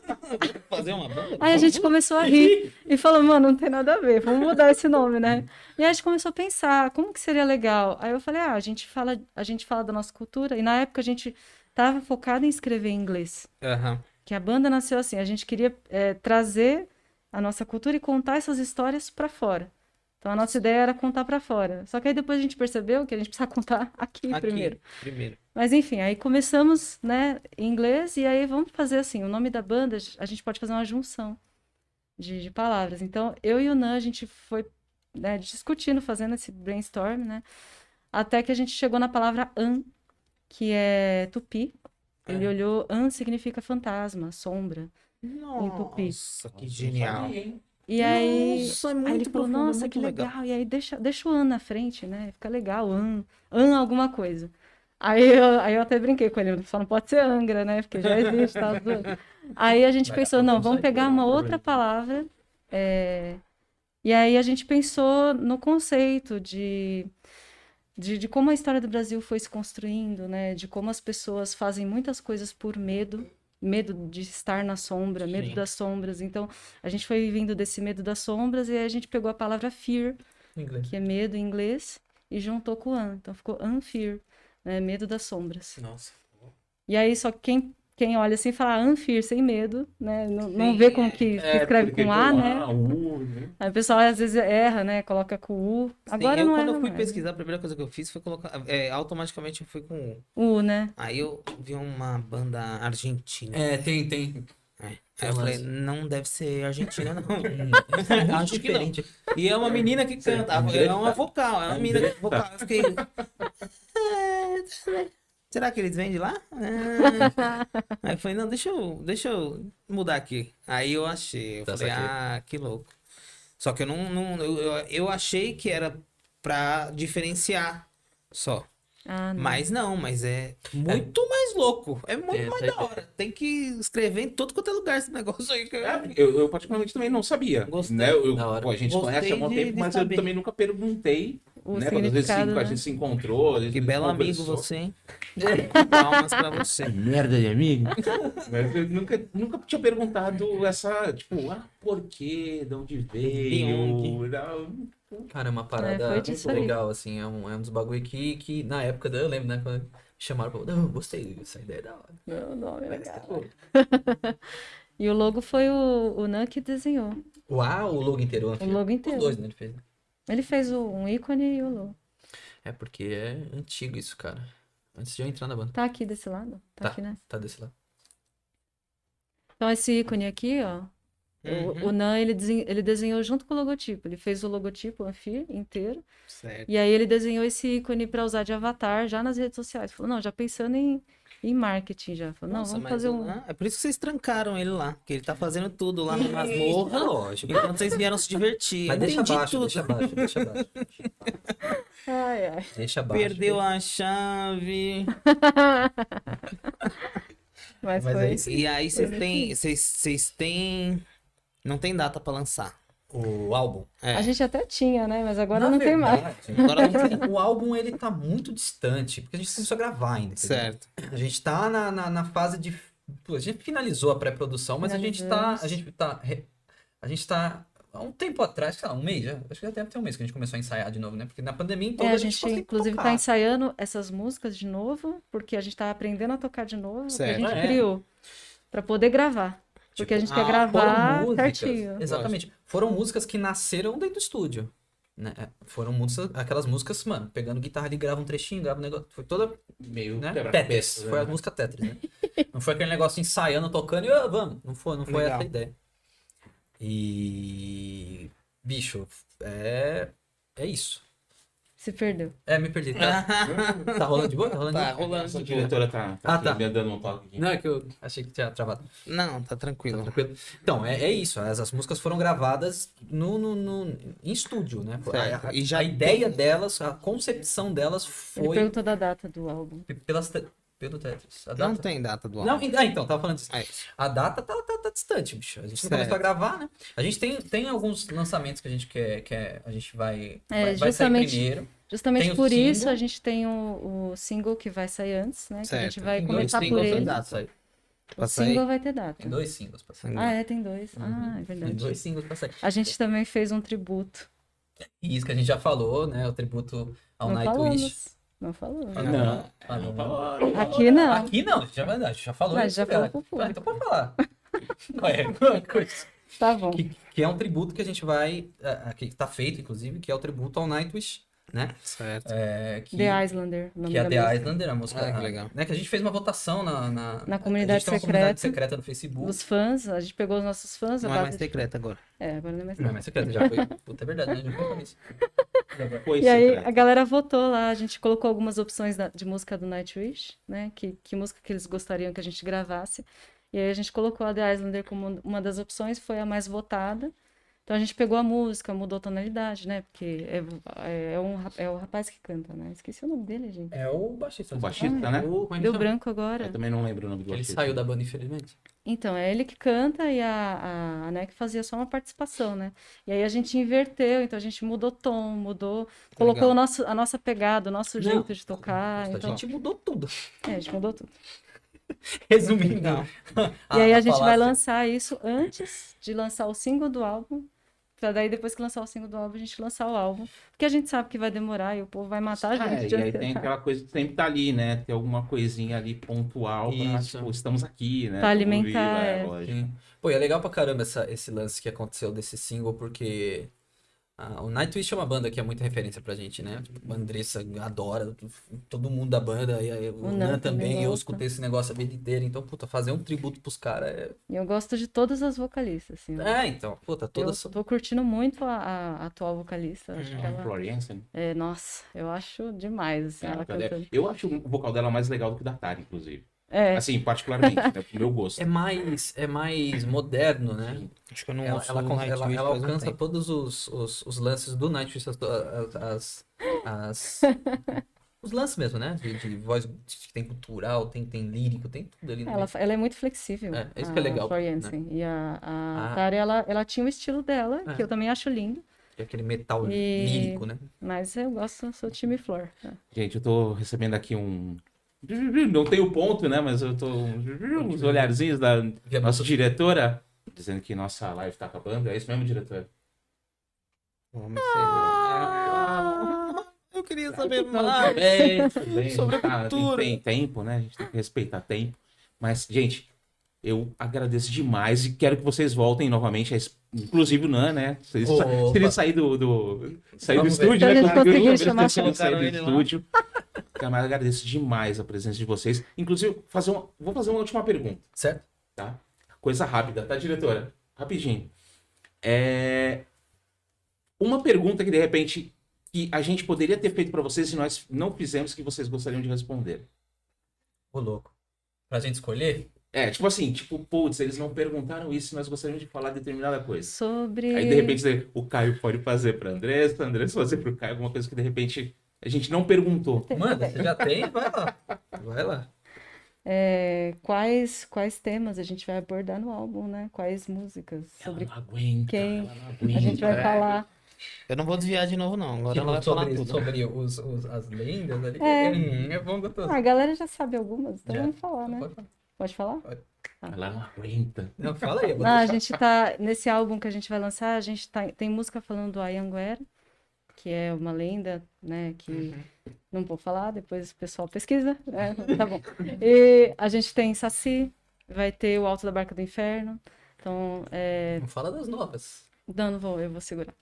Speaker 2: Fazer uma banda?
Speaker 4: Aí a gente começou a rir e falou, mano, não tem nada a ver, vamos mudar esse nome, né? E aí a gente começou a pensar, como que seria legal? Aí eu falei, ah, a gente fala, a gente fala da nossa cultura, e na época a gente tava focado em escrever em inglês,
Speaker 2: Aham.
Speaker 4: que a banda nasceu assim, a gente queria eh, trazer a nossa cultura e contar essas histórias pra fora. Então a nossa ideia era contar pra fora. Só que aí depois a gente percebeu que a gente precisa contar aqui
Speaker 2: Aqui,
Speaker 4: primeiro.
Speaker 2: Primeiro.
Speaker 4: Mas enfim, aí começamos, né, em inglês, e aí vamos fazer assim, o nome da banda, a gente pode fazer uma junção de, de palavras. Então, eu e o Nan, a gente foi, né, discutindo, fazendo esse brainstorm, né, até que a gente chegou na palavra an, que é tupi. Ele
Speaker 2: É.
Speaker 4: olhou, an significa fantasma, sombra. Entupi.
Speaker 2: Nossa, que genial.
Speaker 1: Sabia, hein?
Speaker 4: E aí,
Speaker 2: Nossa, é
Speaker 4: aí ele falou,
Speaker 2: profundo,
Speaker 4: nossa,
Speaker 2: muito
Speaker 4: que legal. E aí deixa, deixa o An na frente, né? Fica legal, An, An alguma coisa. Aí eu, aí eu até brinquei com ele, só não pode ser Angra, né? Porque já existe, tá zoando. Aí a gente
Speaker 5: Vai dar
Speaker 4: pensou, não, vamos
Speaker 5: confusão,
Speaker 4: pegar
Speaker 5: então,
Speaker 4: uma
Speaker 5: não tem
Speaker 4: outra palavra. é, E aí a gente pensou no conceito de, de, de como a história do Brasil foi se construindo, né? De como as pessoas fazem muitas coisas por medo, medo de estar na sombra, medo
Speaker 2: Sim.
Speaker 4: das sombras. Então, a gente foi vindo desse medo das sombras e aí a gente pegou a palavra fear,
Speaker 5: Em inglês.
Speaker 4: que é medo em inglês, e juntou com an. Então ficou unfear. né? Medo das sombras.
Speaker 2: Nossa.
Speaker 4: E aí só quem, quem olha assim fala Anfir, sem medo, né? Não, não vê com que, que escreve
Speaker 1: é, porque um
Speaker 4: com A, né?
Speaker 1: U, né?
Speaker 4: Aí o pessoal às vezes erra, né? Coloca com U. Agora
Speaker 2: eu,
Speaker 4: não
Speaker 2: quando
Speaker 4: erra
Speaker 2: eu fui
Speaker 4: mais.
Speaker 2: pesquisar, a primeira coisa que eu fiz foi colocar. é, automaticamente eu fui com. um.
Speaker 4: U, né?
Speaker 2: Aí eu vi uma banda argentina.
Speaker 5: É, tem, tem.
Speaker 2: Aí eu
Speaker 5: mas-
Speaker 2: falei, não deve ser argentina, não.
Speaker 5: É Muito
Speaker 2: Acho que não.
Speaker 5: diferente.
Speaker 2: E é uma menina que canta. É uma vocal, é uma menina que vocal. Eu fiquei. "Ah, Será que eles vêm de lá? Ah. Aí eu falei, não, deixa eu, deixa eu mudar aqui. Aí eu achei. Eu
Speaker 5: Tá,
Speaker 2: falei,
Speaker 5: saquei.
Speaker 2: ah, que louco. Só que eu não. não eu, eu- eu achei que era pra diferenciar só.
Speaker 4: Ah, não.
Speaker 2: Mas não, mas é muito mais louco. É muito
Speaker 5: É,
Speaker 2: mais
Speaker 5: saquei.
Speaker 2: da hora. Tem que escrever em todo quanto é lugar esse negócio aí. Que eu...
Speaker 1: É, eu, eu particularmente também não sabia.
Speaker 2: Gostei.
Speaker 1: Né? Eu,
Speaker 5: Da hora.
Speaker 1: pô, a gente
Speaker 2: Gostei
Speaker 1: conhece há muito
Speaker 2: de-
Speaker 1: tempo,
Speaker 2: de
Speaker 1: mas
Speaker 2: saber.
Speaker 1: eu também nunca perguntei.
Speaker 4: O
Speaker 1: né? Quando às vezes se-
Speaker 4: significado,
Speaker 1: a
Speaker 4: né?
Speaker 1: gente se encontrou. às vezes
Speaker 2: Que
Speaker 1: a gente
Speaker 2: belo amigo
Speaker 1: conversou.
Speaker 2: você, hein? Palmas pra você.
Speaker 1: Merda de amigo. Mas eu nunca, nunca tinha perguntado essa, tipo, ah, por quê? De onde veio? um Não,
Speaker 5: Cara, é uma parada
Speaker 4: foi
Speaker 5: muito
Speaker 4: disso aí.
Speaker 5: legal, assim. É um, é um dos bagulho que, que na época, eu lembro, né? Quando chamaram pra. Não, eu gostei dessa ideia é da hora.
Speaker 4: Meu nome é legal.
Speaker 1: pô,
Speaker 4: E o logo foi o, o Nan que desenhou.
Speaker 5: Uau, o logo inteiro.
Speaker 4: O logo
Speaker 5: Os
Speaker 4: inteiro.
Speaker 5: dois, né? Ele fez. né?
Speaker 4: Ele fez o- um ícone e o logo.
Speaker 5: É porque é antigo isso, cara. Antes de eu entrar na banda.
Speaker 4: Tá aqui desse lado? Tá,
Speaker 5: Tá.
Speaker 4: aqui, né?
Speaker 5: Tá desse lado.
Speaker 4: Então esse ícone aqui, ó. o-
Speaker 2: Uhum.
Speaker 5: Uhum.
Speaker 4: O, Nan, ele, desen- ele desenhou junto com o logotipo. Ele fez o logotipo, o Anfi, inteiro.
Speaker 2: Certo.
Speaker 4: E aí ele desenhou esse ícone para usar de avatar já nas redes sociais. Falou, não, já pensando em, em marketing já. Falou, não,
Speaker 2: Nossa,
Speaker 4: vamos
Speaker 2: mas
Speaker 4: fazer
Speaker 2: o
Speaker 4: um.
Speaker 2: Lan- É por isso que vocês trancaram ele lá. Que ele tá fazendo tudo lá no masmorra.
Speaker 5: Ah, lógico.
Speaker 2: Enquanto vocês vieram se divertir.
Speaker 5: Mas
Speaker 2: Eu
Speaker 5: deixa
Speaker 2: entendi
Speaker 5: abaixo,
Speaker 2: tudo.
Speaker 5: deixa abaixo, deixa abaixo.
Speaker 4: Ai, ai.
Speaker 5: Deixa abaixo.
Speaker 2: Perdeu a chave.
Speaker 4: Mas,
Speaker 5: Mas
Speaker 4: foi.
Speaker 5: é isso.
Speaker 2: E aí vocês têm. Vocês vocês têm. Não tem data pra lançar.
Speaker 5: O álbum.
Speaker 2: É.
Speaker 4: A gente até tinha, né? Mas agora
Speaker 5: Na
Speaker 4: não tem mais.
Speaker 5: verdade,
Speaker 2: Agora não tem.
Speaker 5: O álbum ele tá muito distante, porque a gente começou a gravar ainda. entendeu?
Speaker 2: Certo.
Speaker 5: A gente tá na, na, na fase de. Pô, a gente finalizou a pré-produção, mas a gente tá. A gente tá. re- A gente tá. Há um tempo atrás, sei lá, um mês já. Acho que já deve ter um mês que a gente começou a ensaiar de novo, né? Porque na pandemia
Speaker 4: É,
Speaker 5: toda
Speaker 4: a gente,
Speaker 5: consegue
Speaker 4: inclusive,
Speaker 5: tocar.
Speaker 4: tá ensaiando essas músicas de novo, porque a gente tá aprendendo a tocar de novo, que a
Speaker 2: Certo.
Speaker 4: gente
Speaker 5: Ah, é. Tipo,
Speaker 4: criou. Pra poder gravar. Porque a gente
Speaker 2: ah,
Speaker 4: quer gravar
Speaker 5: Foram músicas.
Speaker 4: certinho.
Speaker 5: Exatamente. Foram músicas que nasceram dentro do estúdio. Né? Foram músicas, aquelas músicas, mano, pegando guitarra ali, grava um trechinho, grava um negócio. Foi toda
Speaker 1: meio
Speaker 5: né? Tetris.
Speaker 1: quebra-cabeça.
Speaker 5: Foi a música Tetris, né? não foi aquele negócio ensaiando, tocando e "Ah, vamos. Não foi, não foi
Speaker 2: Legal.
Speaker 5: essa a ideia. E. Bicho, é. É isso.
Speaker 4: Se perdeu.
Speaker 5: É, me perdi. Tá,
Speaker 4: É.
Speaker 5: tá rolando de boa? Tá rolando de
Speaker 2: Tá
Speaker 5: boa?
Speaker 2: rolando.
Speaker 1: Essa
Speaker 2: de boa.
Speaker 1: diretora tá,
Speaker 5: Ah, tá.
Speaker 1: me dando um toque aqui.
Speaker 5: Não, é que eu achei que tinha travado.
Speaker 2: Não, tá
Speaker 5: Tá
Speaker 2: tranquilo.
Speaker 5: tranquilo? Então, é, é isso. As, as músicas foram gravadas no, no, no- em estúdio, né?
Speaker 2: Certo.
Speaker 5: A, a-
Speaker 2: E já
Speaker 5: a ideia delas, a concepção delas
Speaker 4: Ele
Speaker 5: foi
Speaker 4: perguntou da data do álbum.
Speaker 5: p- pelas, te- pelo Tetris. A
Speaker 2: Não
Speaker 5: data-
Speaker 2: tem data do
Speaker 5: Não,
Speaker 2: álbum.
Speaker 5: en- ah, então, tava falando disso.
Speaker 2: É.
Speaker 5: A data tá, tá, tá distante, bicho. A gente não
Speaker 2: Certo.
Speaker 5: começou a gravar, né? A gente tem, tem alguns lançamentos que a gente quer. quer a gente vai,
Speaker 4: É,
Speaker 5: vai, vai sair
Speaker 4: justamente
Speaker 5: primeiro.
Speaker 4: Justamente
Speaker 5: Tem o
Speaker 4: por isso
Speaker 5: single.
Speaker 4: a gente tem o, o single que vai sair antes, né? Que a gente
Speaker 2: Certo.
Speaker 4: vai
Speaker 5: Tem dois
Speaker 4: começar por
Speaker 5: singles né?
Speaker 4: ele.
Speaker 5: pra sair.
Speaker 4: O
Speaker 2: Pra sair.
Speaker 4: single vai ter data.
Speaker 5: Tem dois singles pra sair.
Speaker 4: Ah, é, tem dois. Ah, é
Speaker 5: Tem
Speaker 4: verdade.
Speaker 5: dois singles pra sair.
Speaker 4: A gente também fez um tributo.
Speaker 5: E isso que a gente já falou, né? O tributo ao
Speaker 4: não
Speaker 5: Nightwish.
Speaker 4: falamos. Não falamos.
Speaker 5: Ah,
Speaker 1: Não.
Speaker 5: Ah, não.
Speaker 4: Aqui não.
Speaker 5: Aqui não, a gente já, a gente já falou.
Speaker 4: Mas
Speaker 5: isso,
Speaker 4: já
Speaker 5: cara.
Speaker 4: falou pro público.
Speaker 5: Ah, então pode falar. Qual é? Qual é a coisa?
Speaker 4: Tá bom.
Speaker 5: que, que é um tributo que a gente vai. ah, ah, Que tá feito, inclusive, que é o tributo ao Nightwish, né?
Speaker 2: Certo.
Speaker 5: É, que-
Speaker 4: The Islander. o nome
Speaker 5: Que é
Speaker 4: da
Speaker 5: a The
Speaker 4: música.
Speaker 5: Islander, a música.
Speaker 2: Ah, que legal.
Speaker 5: Né, que a gente fez uma votação na, na,
Speaker 4: Na
Speaker 5: a- a
Speaker 4: comunidade
Speaker 5: gente tem uma comunidade
Speaker 4: secreta.
Speaker 5: secreta no Facebook.
Speaker 4: Dos fãs, a gente pegou os nossos fãs, a
Speaker 2: Não é mais
Speaker 4: base de-
Speaker 2: secreto agora.
Speaker 4: É, agora não é mais
Speaker 5: Não, é mais secreta, já foi. Puta, é verdade, né? A gente não falou isso.
Speaker 1: Foi
Speaker 4: E aí
Speaker 1: secreto.
Speaker 4: a galera votou lá, a gente colocou algumas opções da- de música do Nightwish, né? Que, que música que eles gostariam que a gente gravasse. E aí a gente colocou a The Islander como um, uma das opções, foi a mais votada. Então a gente pegou a música, mudou a tonalidade, né? Porque é, é, um, ra- é o rapaz que canta, né? Esqueci o nome dele, gente.
Speaker 5: É o baixista.
Speaker 1: O baixista, né?
Speaker 5: O, como é que
Speaker 4: Deu
Speaker 5: chama?
Speaker 4: branco agora.
Speaker 1: Eu também não lembro o nome do
Speaker 5: Ele
Speaker 1: artista.
Speaker 5: saiu da banda, infelizmente.
Speaker 4: Então, é ele que canta e a, a, a NEC fazia só uma participação, né? E aí a gente inverteu, então a gente mudou tom, mudou, colocou
Speaker 2: Legal.
Speaker 4: o nosso, a nossa pegada, o nosso jeito de tocar.
Speaker 5: A
Speaker 4: Então,
Speaker 5: gente mudou tudo.
Speaker 4: é, a gente mudou tudo.
Speaker 5: Resumindo.
Speaker 4: e aí a gente vai
Speaker 5: falácia-
Speaker 4: lançar isso antes de lançar o single do álbum Pra daí, depois que lançar o single do álbum, a gente lançar o álbum. Porque a gente sabe que vai demorar e o povo vai matar
Speaker 5: Ah,
Speaker 4: a
Speaker 1: É,
Speaker 4: gente. né? de
Speaker 1: e aí
Speaker 4: ansiedade.
Speaker 1: tem aquela coisa que sempre tá ali, né? Tem alguma coisinha ali pontual pra,
Speaker 3: Isso.
Speaker 1: tipo, estamos aqui, né?
Speaker 4: Pra
Speaker 1: Vamos vir,
Speaker 4: alimentar,
Speaker 1: é,
Speaker 4: é.
Speaker 1: lógico.
Speaker 5: Sim. Pô, e é legal pra caramba essa- esse lance que aconteceu desse single, porque ah, o Nightwish é uma banda que é muita referência pra gente, né? Tipo, a Andressa adora, todo mundo da banda, e, aí o
Speaker 4: O
Speaker 5: Nan também,
Speaker 4: Nan também
Speaker 5: eu
Speaker 4: gosta.
Speaker 5: escutei esse negócio a vida inteira, então, puta, fazer um tributo pros caras é...
Speaker 4: E eu gosto de todas as vocalistas, assim.
Speaker 5: É, então, puta, toda
Speaker 4: eu
Speaker 5: essa...
Speaker 4: tô curtindo muito a, a atual vocalista. Acho que
Speaker 1: A
Speaker 4: ela...
Speaker 1: Florence, né?
Speaker 4: é, nossa, eu acho demais,
Speaker 5: Ah,
Speaker 4: assim, ela
Speaker 5: é
Speaker 1: Cara,
Speaker 4: cantando.
Speaker 1: Eu acho o vocal dela mais legal do que o da Tari, inclusive.
Speaker 4: É,
Speaker 1: Assim, particularmente, né? Pro meu gosto.
Speaker 5: É mais, é mais moderno, né?
Speaker 2: Acho que eu não
Speaker 5: Ela,
Speaker 2: ouço
Speaker 5: ela, con- ela,
Speaker 2: Nightwish
Speaker 5: ela
Speaker 2: faz um
Speaker 5: alcança
Speaker 2: tempo.
Speaker 5: todos os, os, os lances do Nightwish, as, as, as- os lances mesmo, né? De, de voz que tem cultural, tem, tem lírico, tem tudo ali. né? no
Speaker 4: ela,
Speaker 5: meio.
Speaker 4: ela é muito flexível.
Speaker 5: assim, É, isso que é
Speaker 4: a
Speaker 5: legal,
Speaker 4: Flor
Speaker 5: né?
Speaker 4: Jansen. E a, a
Speaker 5: Ah.
Speaker 4: Tari, ela, ela tinha o estilo dela,
Speaker 5: É.
Speaker 4: que eu também acho lindo.
Speaker 5: E aquele metal
Speaker 4: E-
Speaker 5: lírico, né?
Speaker 4: Mas eu gosto, sou time Flor.
Speaker 1: Gente, eu tô recebendo aqui um. Não tem o ponto, né? Mas eu tô. Uns olharzinhos da
Speaker 5: Via
Speaker 1: nossa diretora dizendo que nossa live tá acabando. É isso mesmo, diretora?
Speaker 2: Vamos
Speaker 5: Ah!
Speaker 2: ver.
Speaker 5: Eu queria
Speaker 1: bem, tudo bem.
Speaker 5: Sobre a
Speaker 1: Ah, tem-
Speaker 5: cultura.
Speaker 1: Tem tempo, né? A gente tem que respeitar tempo. Mas, gente, eu agradeço demais e quero que vocês voltem novamente. a es- Inclusive o Nan, né? Se ele, sa-
Speaker 5: Opa.
Speaker 1: se ele sair do, do, sair do
Speaker 5: Vamos ver.
Speaker 1: estúdio,
Speaker 4: Se a
Speaker 1: né?
Speaker 4: gente
Speaker 1: Claro que eu
Speaker 4: conseguir
Speaker 1: vou ver se
Speaker 4: chamar-
Speaker 1: ele sair do
Speaker 2: Colocaram ele lá.
Speaker 1: estúdio. Cara, mas eu agradeço demais a presença de vocês. Inclusive, fazer uma- vou fazer uma última pergunta
Speaker 5: Certo?
Speaker 1: tá? Coisa rápida, tá, diretora? Rapidinho. É... Uma pergunta que, de repente, que a gente poderia ter feito pra vocês se nós não fizemos que vocês gostariam de responder.
Speaker 5: Ô, louco. Pra gente escolher?
Speaker 1: É, tipo assim, tipo, putz, eles não perguntaram isso se nós gostaríamos de falar determinada coisa.
Speaker 4: Sobre.
Speaker 1: Aí, de repente, o Caio pode fazer pra Andressa, a Andressa fazer pro Caio alguma coisa que, de repente, a gente não perguntou.
Speaker 5: Manda, você já tem? Vai lá. Vai lá.
Speaker 4: é, quais, quais temas a gente vai abordar no álbum, né? Quais músicas? Sobre
Speaker 1: Ela não aguenta,
Speaker 4: quem
Speaker 1: ela não
Speaker 4: a gente vai
Speaker 5: é
Speaker 1: aguenta.
Speaker 4: falar.
Speaker 2: Eu não vou desviar de novo, não. Agora
Speaker 5: Tipo,
Speaker 2: ela vai falar
Speaker 5: sobre
Speaker 2: tudo.
Speaker 5: sobre os, os- as lendas ali.
Speaker 4: É.
Speaker 5: Hum, é bom gostoso.
Speaker 4: Ah, a galera já sabe algumas, então
Speaker 5: Já.
Speaker 4: vamos falar, né?
Speaker 5: Pode falar.
Speaker 4: Pode falar?
Speaker 1: Ela não aguenta.
Speaker 5: Não, fala aí. eu vou
Speaker 4: Ah, a
Speaker 5: deixar.
Speaker 4: gente tá. Nesse álbum que a gente vai lançar, a gente tá, tem música falando do Ayanguera, que é uma lenda, né? Que
Speaker 5: Uhum.
Speaker 4: não vou falar, depois o pessoal pesquisa. né? Tá bom. E a gente tem Saci, vai ter o Alto da Barca do Inferno. Então, é...
Speaker 5: Não fala das novas.
Speaker 4: não, não vou, eu vou segurar.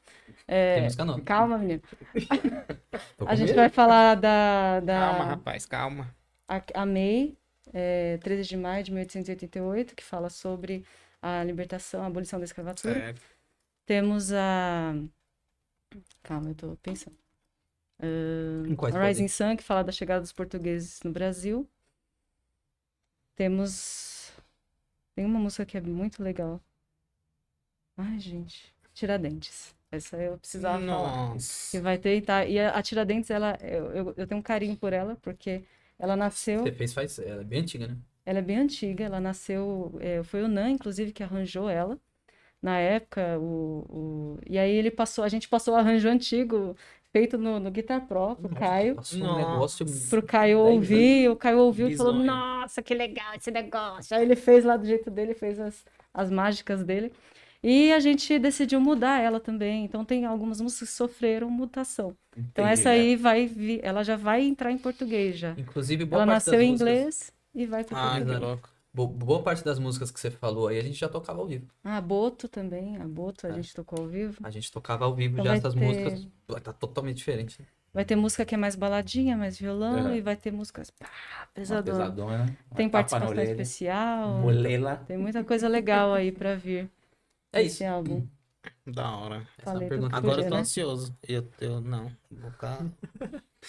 Speaker 4: É,
Speaker 5: Tem música nova.
Speaker 4: Calma, menino.
Speaker 5: Tô com
Speaker 4: A gente
Speaker 5: medo.
Speaker 4: vai falar da, da
Speaker 2: Calma, rapaz, calma.
Speaker 4: a, a MEI, é, 13 de maio de 1888, que fala sobre a libertação, a abolição da escravatura.
Speaker 1: É,
Speaker 2: Certo.
Speaker 4: Temos a. Calma, eu tô pensando.
Speaker 5: Em quais
Speaker 4: a Rising Sun, que fala da chegada dos portugueses no Brasil. Temos. Tem uma música que é muito legal. Ai, gente. Tiradentes. Essa eu precisava falar. Que
Speaker 2: Nossa.
Speaker 4: vai ter, tá? E a a Tiradentes, ela, eu, eu, eu tenho um carinho por ela, porque ela nasceu.
Speaker 5: Você fez faz. Ela é bem antiga, né?
Speaker 4: Ela é bem antiga, ela nasceu. é, foi o Nan, inclusive, que arranjou ela. Na época, o, o- E aí ele passou, a gente passou o arranjo antigo, feito no, no Guitar Pro, pro Caio.
Speaker 5: Nossa, um
Speaker 2: Nossa.
Speaker 5: negócio.
Speaker 4: Pro Caio
Speaker 5: Daí
Speaker 4: ouvir, o Caio ouviu e falou,
Speaker 2: Bizonho.
Speaker 4: nossa, que legal esse negócio. Aí ele fez lá do jeito dele, fez as, as mágicas dele. E a gente decidiu mudar ela também. Então tem algumas músicas que sofreram mutação. Então
Speaker 1: Entendi,
Speaker 4: essa
Speaker 5: é.
Speaker 1: né?
Speaker 4: aí vai vir, ela já vai entrar em português já.
Speaker 5: Inclusive, boa
Speaker 4: Ela
Speaker 5: parte das
Speaker 4: nasceu em
Speaker 5: músicas-
Speaker 4: inglês e vai pro
Speaker 2: Ah,
Speaker 4: português.
Speaker 2: que louco.
Speaker 5: bo- Boa parte das músicas que você falou aí, a gente já tocava ao vivo.
Speaker 4: Ah, Boto também, a Boto a
Speaker 5: É.
Speaker 4: gente tocou ao vivo.
Speaker 5: A gente tocava ao vivo
Speaker 4: Então
Speaker 5: já
Speaker 4: vai
Speaker 5: essas
Speaker 4: ter-
Speaker 5: músicas. pô, Tá totalmente diferente. né?
Speaker 4: Vai ter música que é mais baladinha, mais violão,
Speaker 1: Aham.
Speaker 4: e vai ter músicas pá,
Speaker 1: Uma
Speaker 4: pesadona.
Speaker 1: pesadona. uma
Speaker 4: Tem
Speaker 1: tapa na
Speaker 4: participação
Speaker 1: orelha,
Speaker 4: especial,
Speaker 1: Molela.
Speaker 4: tem muita coisa legal aí pra vir
Speaker 5: É
Speaker 4: nesse
Speaker 5: isso.
Speaker 4: álbum.
Speaker 2: Da hora.
Speaker 5: Essa
Speaker 4: Falei,
Speaker 5: pergunta-
Speaker 4: tô
Speaker 2: Agora eu
Speaker 5: Agora
Speaker 4: fugindo.
Speaker 2: tô
Speaker 4: né?
Speaker 2: ansioso. Eu, eu não. Vou ficar.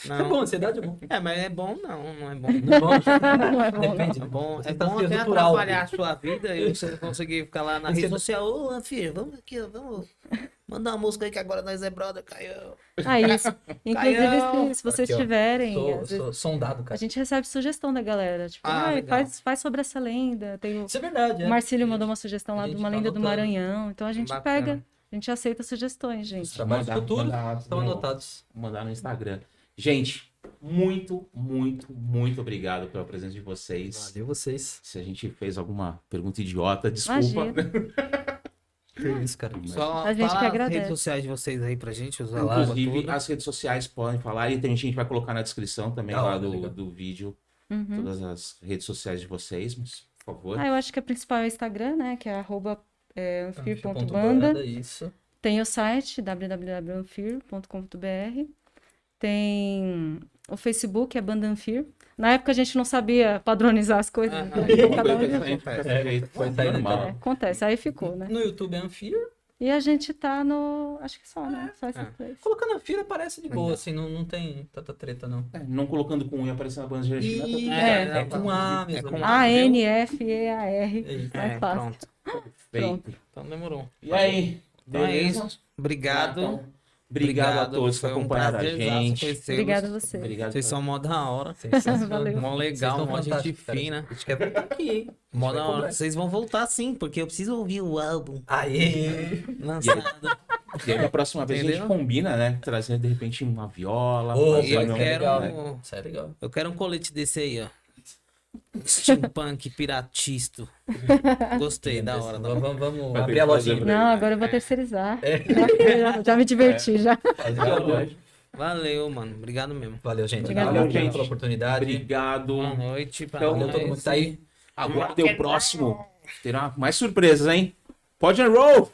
Speaker 5: é
Speaker 2: Não.
Speaker 5: bom, ansiedade é bom.
Speaker 2: É, mas é bom não, não é bom. Não.
Speaker 5: Não é bom?
Speaker 4: Não é bom, não.
Speaker 5: Depende.
Speaker 2: É bom,
Speaker 5: Você
Speaker 2: é
Speaker 5: tá
Speaker 2: bom
Speaker 5: sendo
Speaker 2: até
Speaker 5: natural.
Speaker 2: atrapalhar a sua vida e você conseguir ficar lá na
Speaker 5: Você
Speaker 2: rede
Speaker 5: tá-
Speaker 2: social. Ô, Anfir, vamos aqui, ó, vamos mandar uma música aí que agora nós é brother, Caio.
Speaker 4: Ah, isso. Inclusive,
Speaker 2: Caião!
Speaker 4: se, se vocês
Speaker 5: Aqui, ó.
Speaker 4: tiverem,
Speaker 5: Sou,
Speaker 4: às vezes,
Speaker 5: sou sondado,
Speaker 4: a
Speaker 5: cara.
Speaker 4: gente recebe sugestão da galera. Tipo,
Speaker 2: Ah,
Speaker 4: "Ai,
Speaker 2: legal.
Speaker 4: faz, faz sobre essa lenda. Tem o,
Speaker 5: Isso é verdade,
Speaker 4: o
Speaker 5: é.
Speaker 4: Marcílio
Speaker 5: A
Speaker 4: mandou
Speaker 5: gente-
Speaker 4: uma sugestão
Speaker 5: a
Speaker 4: lá
Speaker 5: gente
Speaker 4: de
Speaker 5: tá
Speaker 4: uma lenda do
Speaker 5: anotando.
Speaker 4: Maranhão. Então a gente
Speaker 2: Bacana.
Speaker 4: pega, a gente aceita sugestões, gente.
Speaker 5: Os trabalhos
Speaker 1: Mandar-
Speaker 5: futuros
Speaker 1: mandar-
Speaker 5: estão anotados.
Speaker 1: mandar no Instagram. Gente, muito, muito, muito obrigado pela presença de vocês.
Speaker 5: Valeu vocês.
Speaker 1: Se a gente fez alguma pergunta idiota, desculpa.
Speaker 4: Imagina.
Speaker 3: Que isso, cara.
Speaker 2: Só
Speaker 4: A gente
Speaker 2: fala
Speaker 4: que
Speaker 2: as
Speaker 4: agradece.
Speaker 2: redes sociais de vocês aí pra gente, usar lá.
Speaker 1: Inclusive,
Speaker 2: tudo.
Speaker 1: as redes sociais podem falar e tem gente que vai colocar na descrição também
Speaker 5: Da
Speaker 2: Tá
Speaker 1: lá
Speaker 5: hora,
Speaker 1: do,
Speaker 5: legal.
Speaker 1: do vídeo
Speaker 4: Uhum.
Speaker 1: todas as redes sociais de vocês, mas, por favor.
Speaker 4: Ah, eu acho que a principal é o Instagram, né? Que é arroba é, anfir.banda.
Speaker 5: isso.
Speaker 4: Tem o site www.anfir.com.br. Tem o Facebook, é Banda Anfir. Na época a gente não sabia padronizar as coisas.
Speaker 2: Aham. Ah.
Speaker 4: então
Speaker 1: Uma
Speaker 4: cada um-
Speaker 1: coisa que acontece, gente,
Speaker 5: foi
Speaker 1: é
Speaker 5: sair da
Speaker 4: É,
Speaker 1: normal.
Speaker 4: acontece, aí ficou, né?
Speaker 5: No YouTube é Anfir.
Speaker 4: E a gente tá no. Acho que só, né? Só esses
Speaker 2: É.
Speaker 4: três.
Speaker 5: Colocando Anfir aparece de boa, assim, não, não tem tanta treta, não.
Speaker 1: É, Não colocando com unha aparecendo a banda de Regina, tá tudo
Speaker 5: E...
Speaker 1: certo.
Speaker 5: É, é com A mesmo.
Speaker 2: É com
Speaker 4: A,
Speaker 2: viu?
Speaker 4: N, F, E, A, R.
Speaker 5: É isso.
Speaker 4: Mais
Speaker 2: É,
Speaker 4: fácil.
Speaker 2: pronto.
Speaker 1: Feito.
Speaker 2: Então demorou.
Speaker 1: E aí?
Speaker 2: Então é
Speaker 1: beleza?
Speaker 2: isso. Obrigado.
Speaker 1: Então, obrigado, a todos que
Speaker 2: Foi um
Speaker 1: acompanharam a
Speaker 2: prazerzaço
Speaker 1: gente.
Speaker 2: conhecê-los.
Speaker 4: Obrigada a você.
Speaker 1: Obrigado.
Speaker 2: Vocês são mó da hora.
Speaker 4: Valeu.
Speaker 2: Mó
Speaker 5: Vocês
Speaker 2: legal,
Speaker 5: são
Speaker 2: mó gente
Speaker 5: fantásticos, cara.
Speaker 2: fina.
Speaker 5: A gente quer voltar aqui, hein?
Speaker 2: Mó da hora.
Speaker 5: cobrar.
Speaker 2: Vocês vão voltar sim, porque eu preciso ouvir o álbum
Speaker 5: Aê!
Speaker 2: lançado.
Speaker 1: E aí, da próxima vez a gente
Speaker 2: Entendeu?
Speaker 1: combina, né? Trazer de repente uma viola.
Speaker 5: Ô,
Speaker 1: fazer
Speaker 5: eu
Speaker 1: um-
Speaker 5: quero-
Speaker 1: né?
Speaker 2: Quero,
Speaker 5: Isso é legal.
Speaker 2: eu quero um colete desse aí, ó. Steampunk piratisto. Gostei, é da hora. né? Da hora.
Speaker 5: Vamos, vamos, vamos
Speaker 1: Vai ter
Speaker 5: abrir
Speaker 1: que
Speaker 5: a
Speaker 1: fazer,
Speaker 5: lojinha.
Speaker 1: né?
Speaker 4: Não, agora eu
Speaker 2: É.
Speaker 4: vou terceirizar. Já, já me diverti, já.
Speaker 5: Fazer a loja.
Speaker 1: Obrigado.
Speaker 2: Valeu, mano. Obrigado mesmo.
Speaker 5: Valeu, gente.
Speaker 4: Obrigado.
Speaker 5: Valeu,
Speaker 1: Valeu,
Speaker 5: gente,
Speaker 1: gente.
Speaker 5: pela oportunidade.
Speaker 1: Obrigado.
Speaker 2: Boa noite. pra
Speaker 1: Então,
Speaker 5: Valeu
Speaker 2: nós.
Speaker 5: todo mundo que tá aí.
Speaker 1: Aguardem o próximo. Terá mais surpresas, hein? Pode and roll!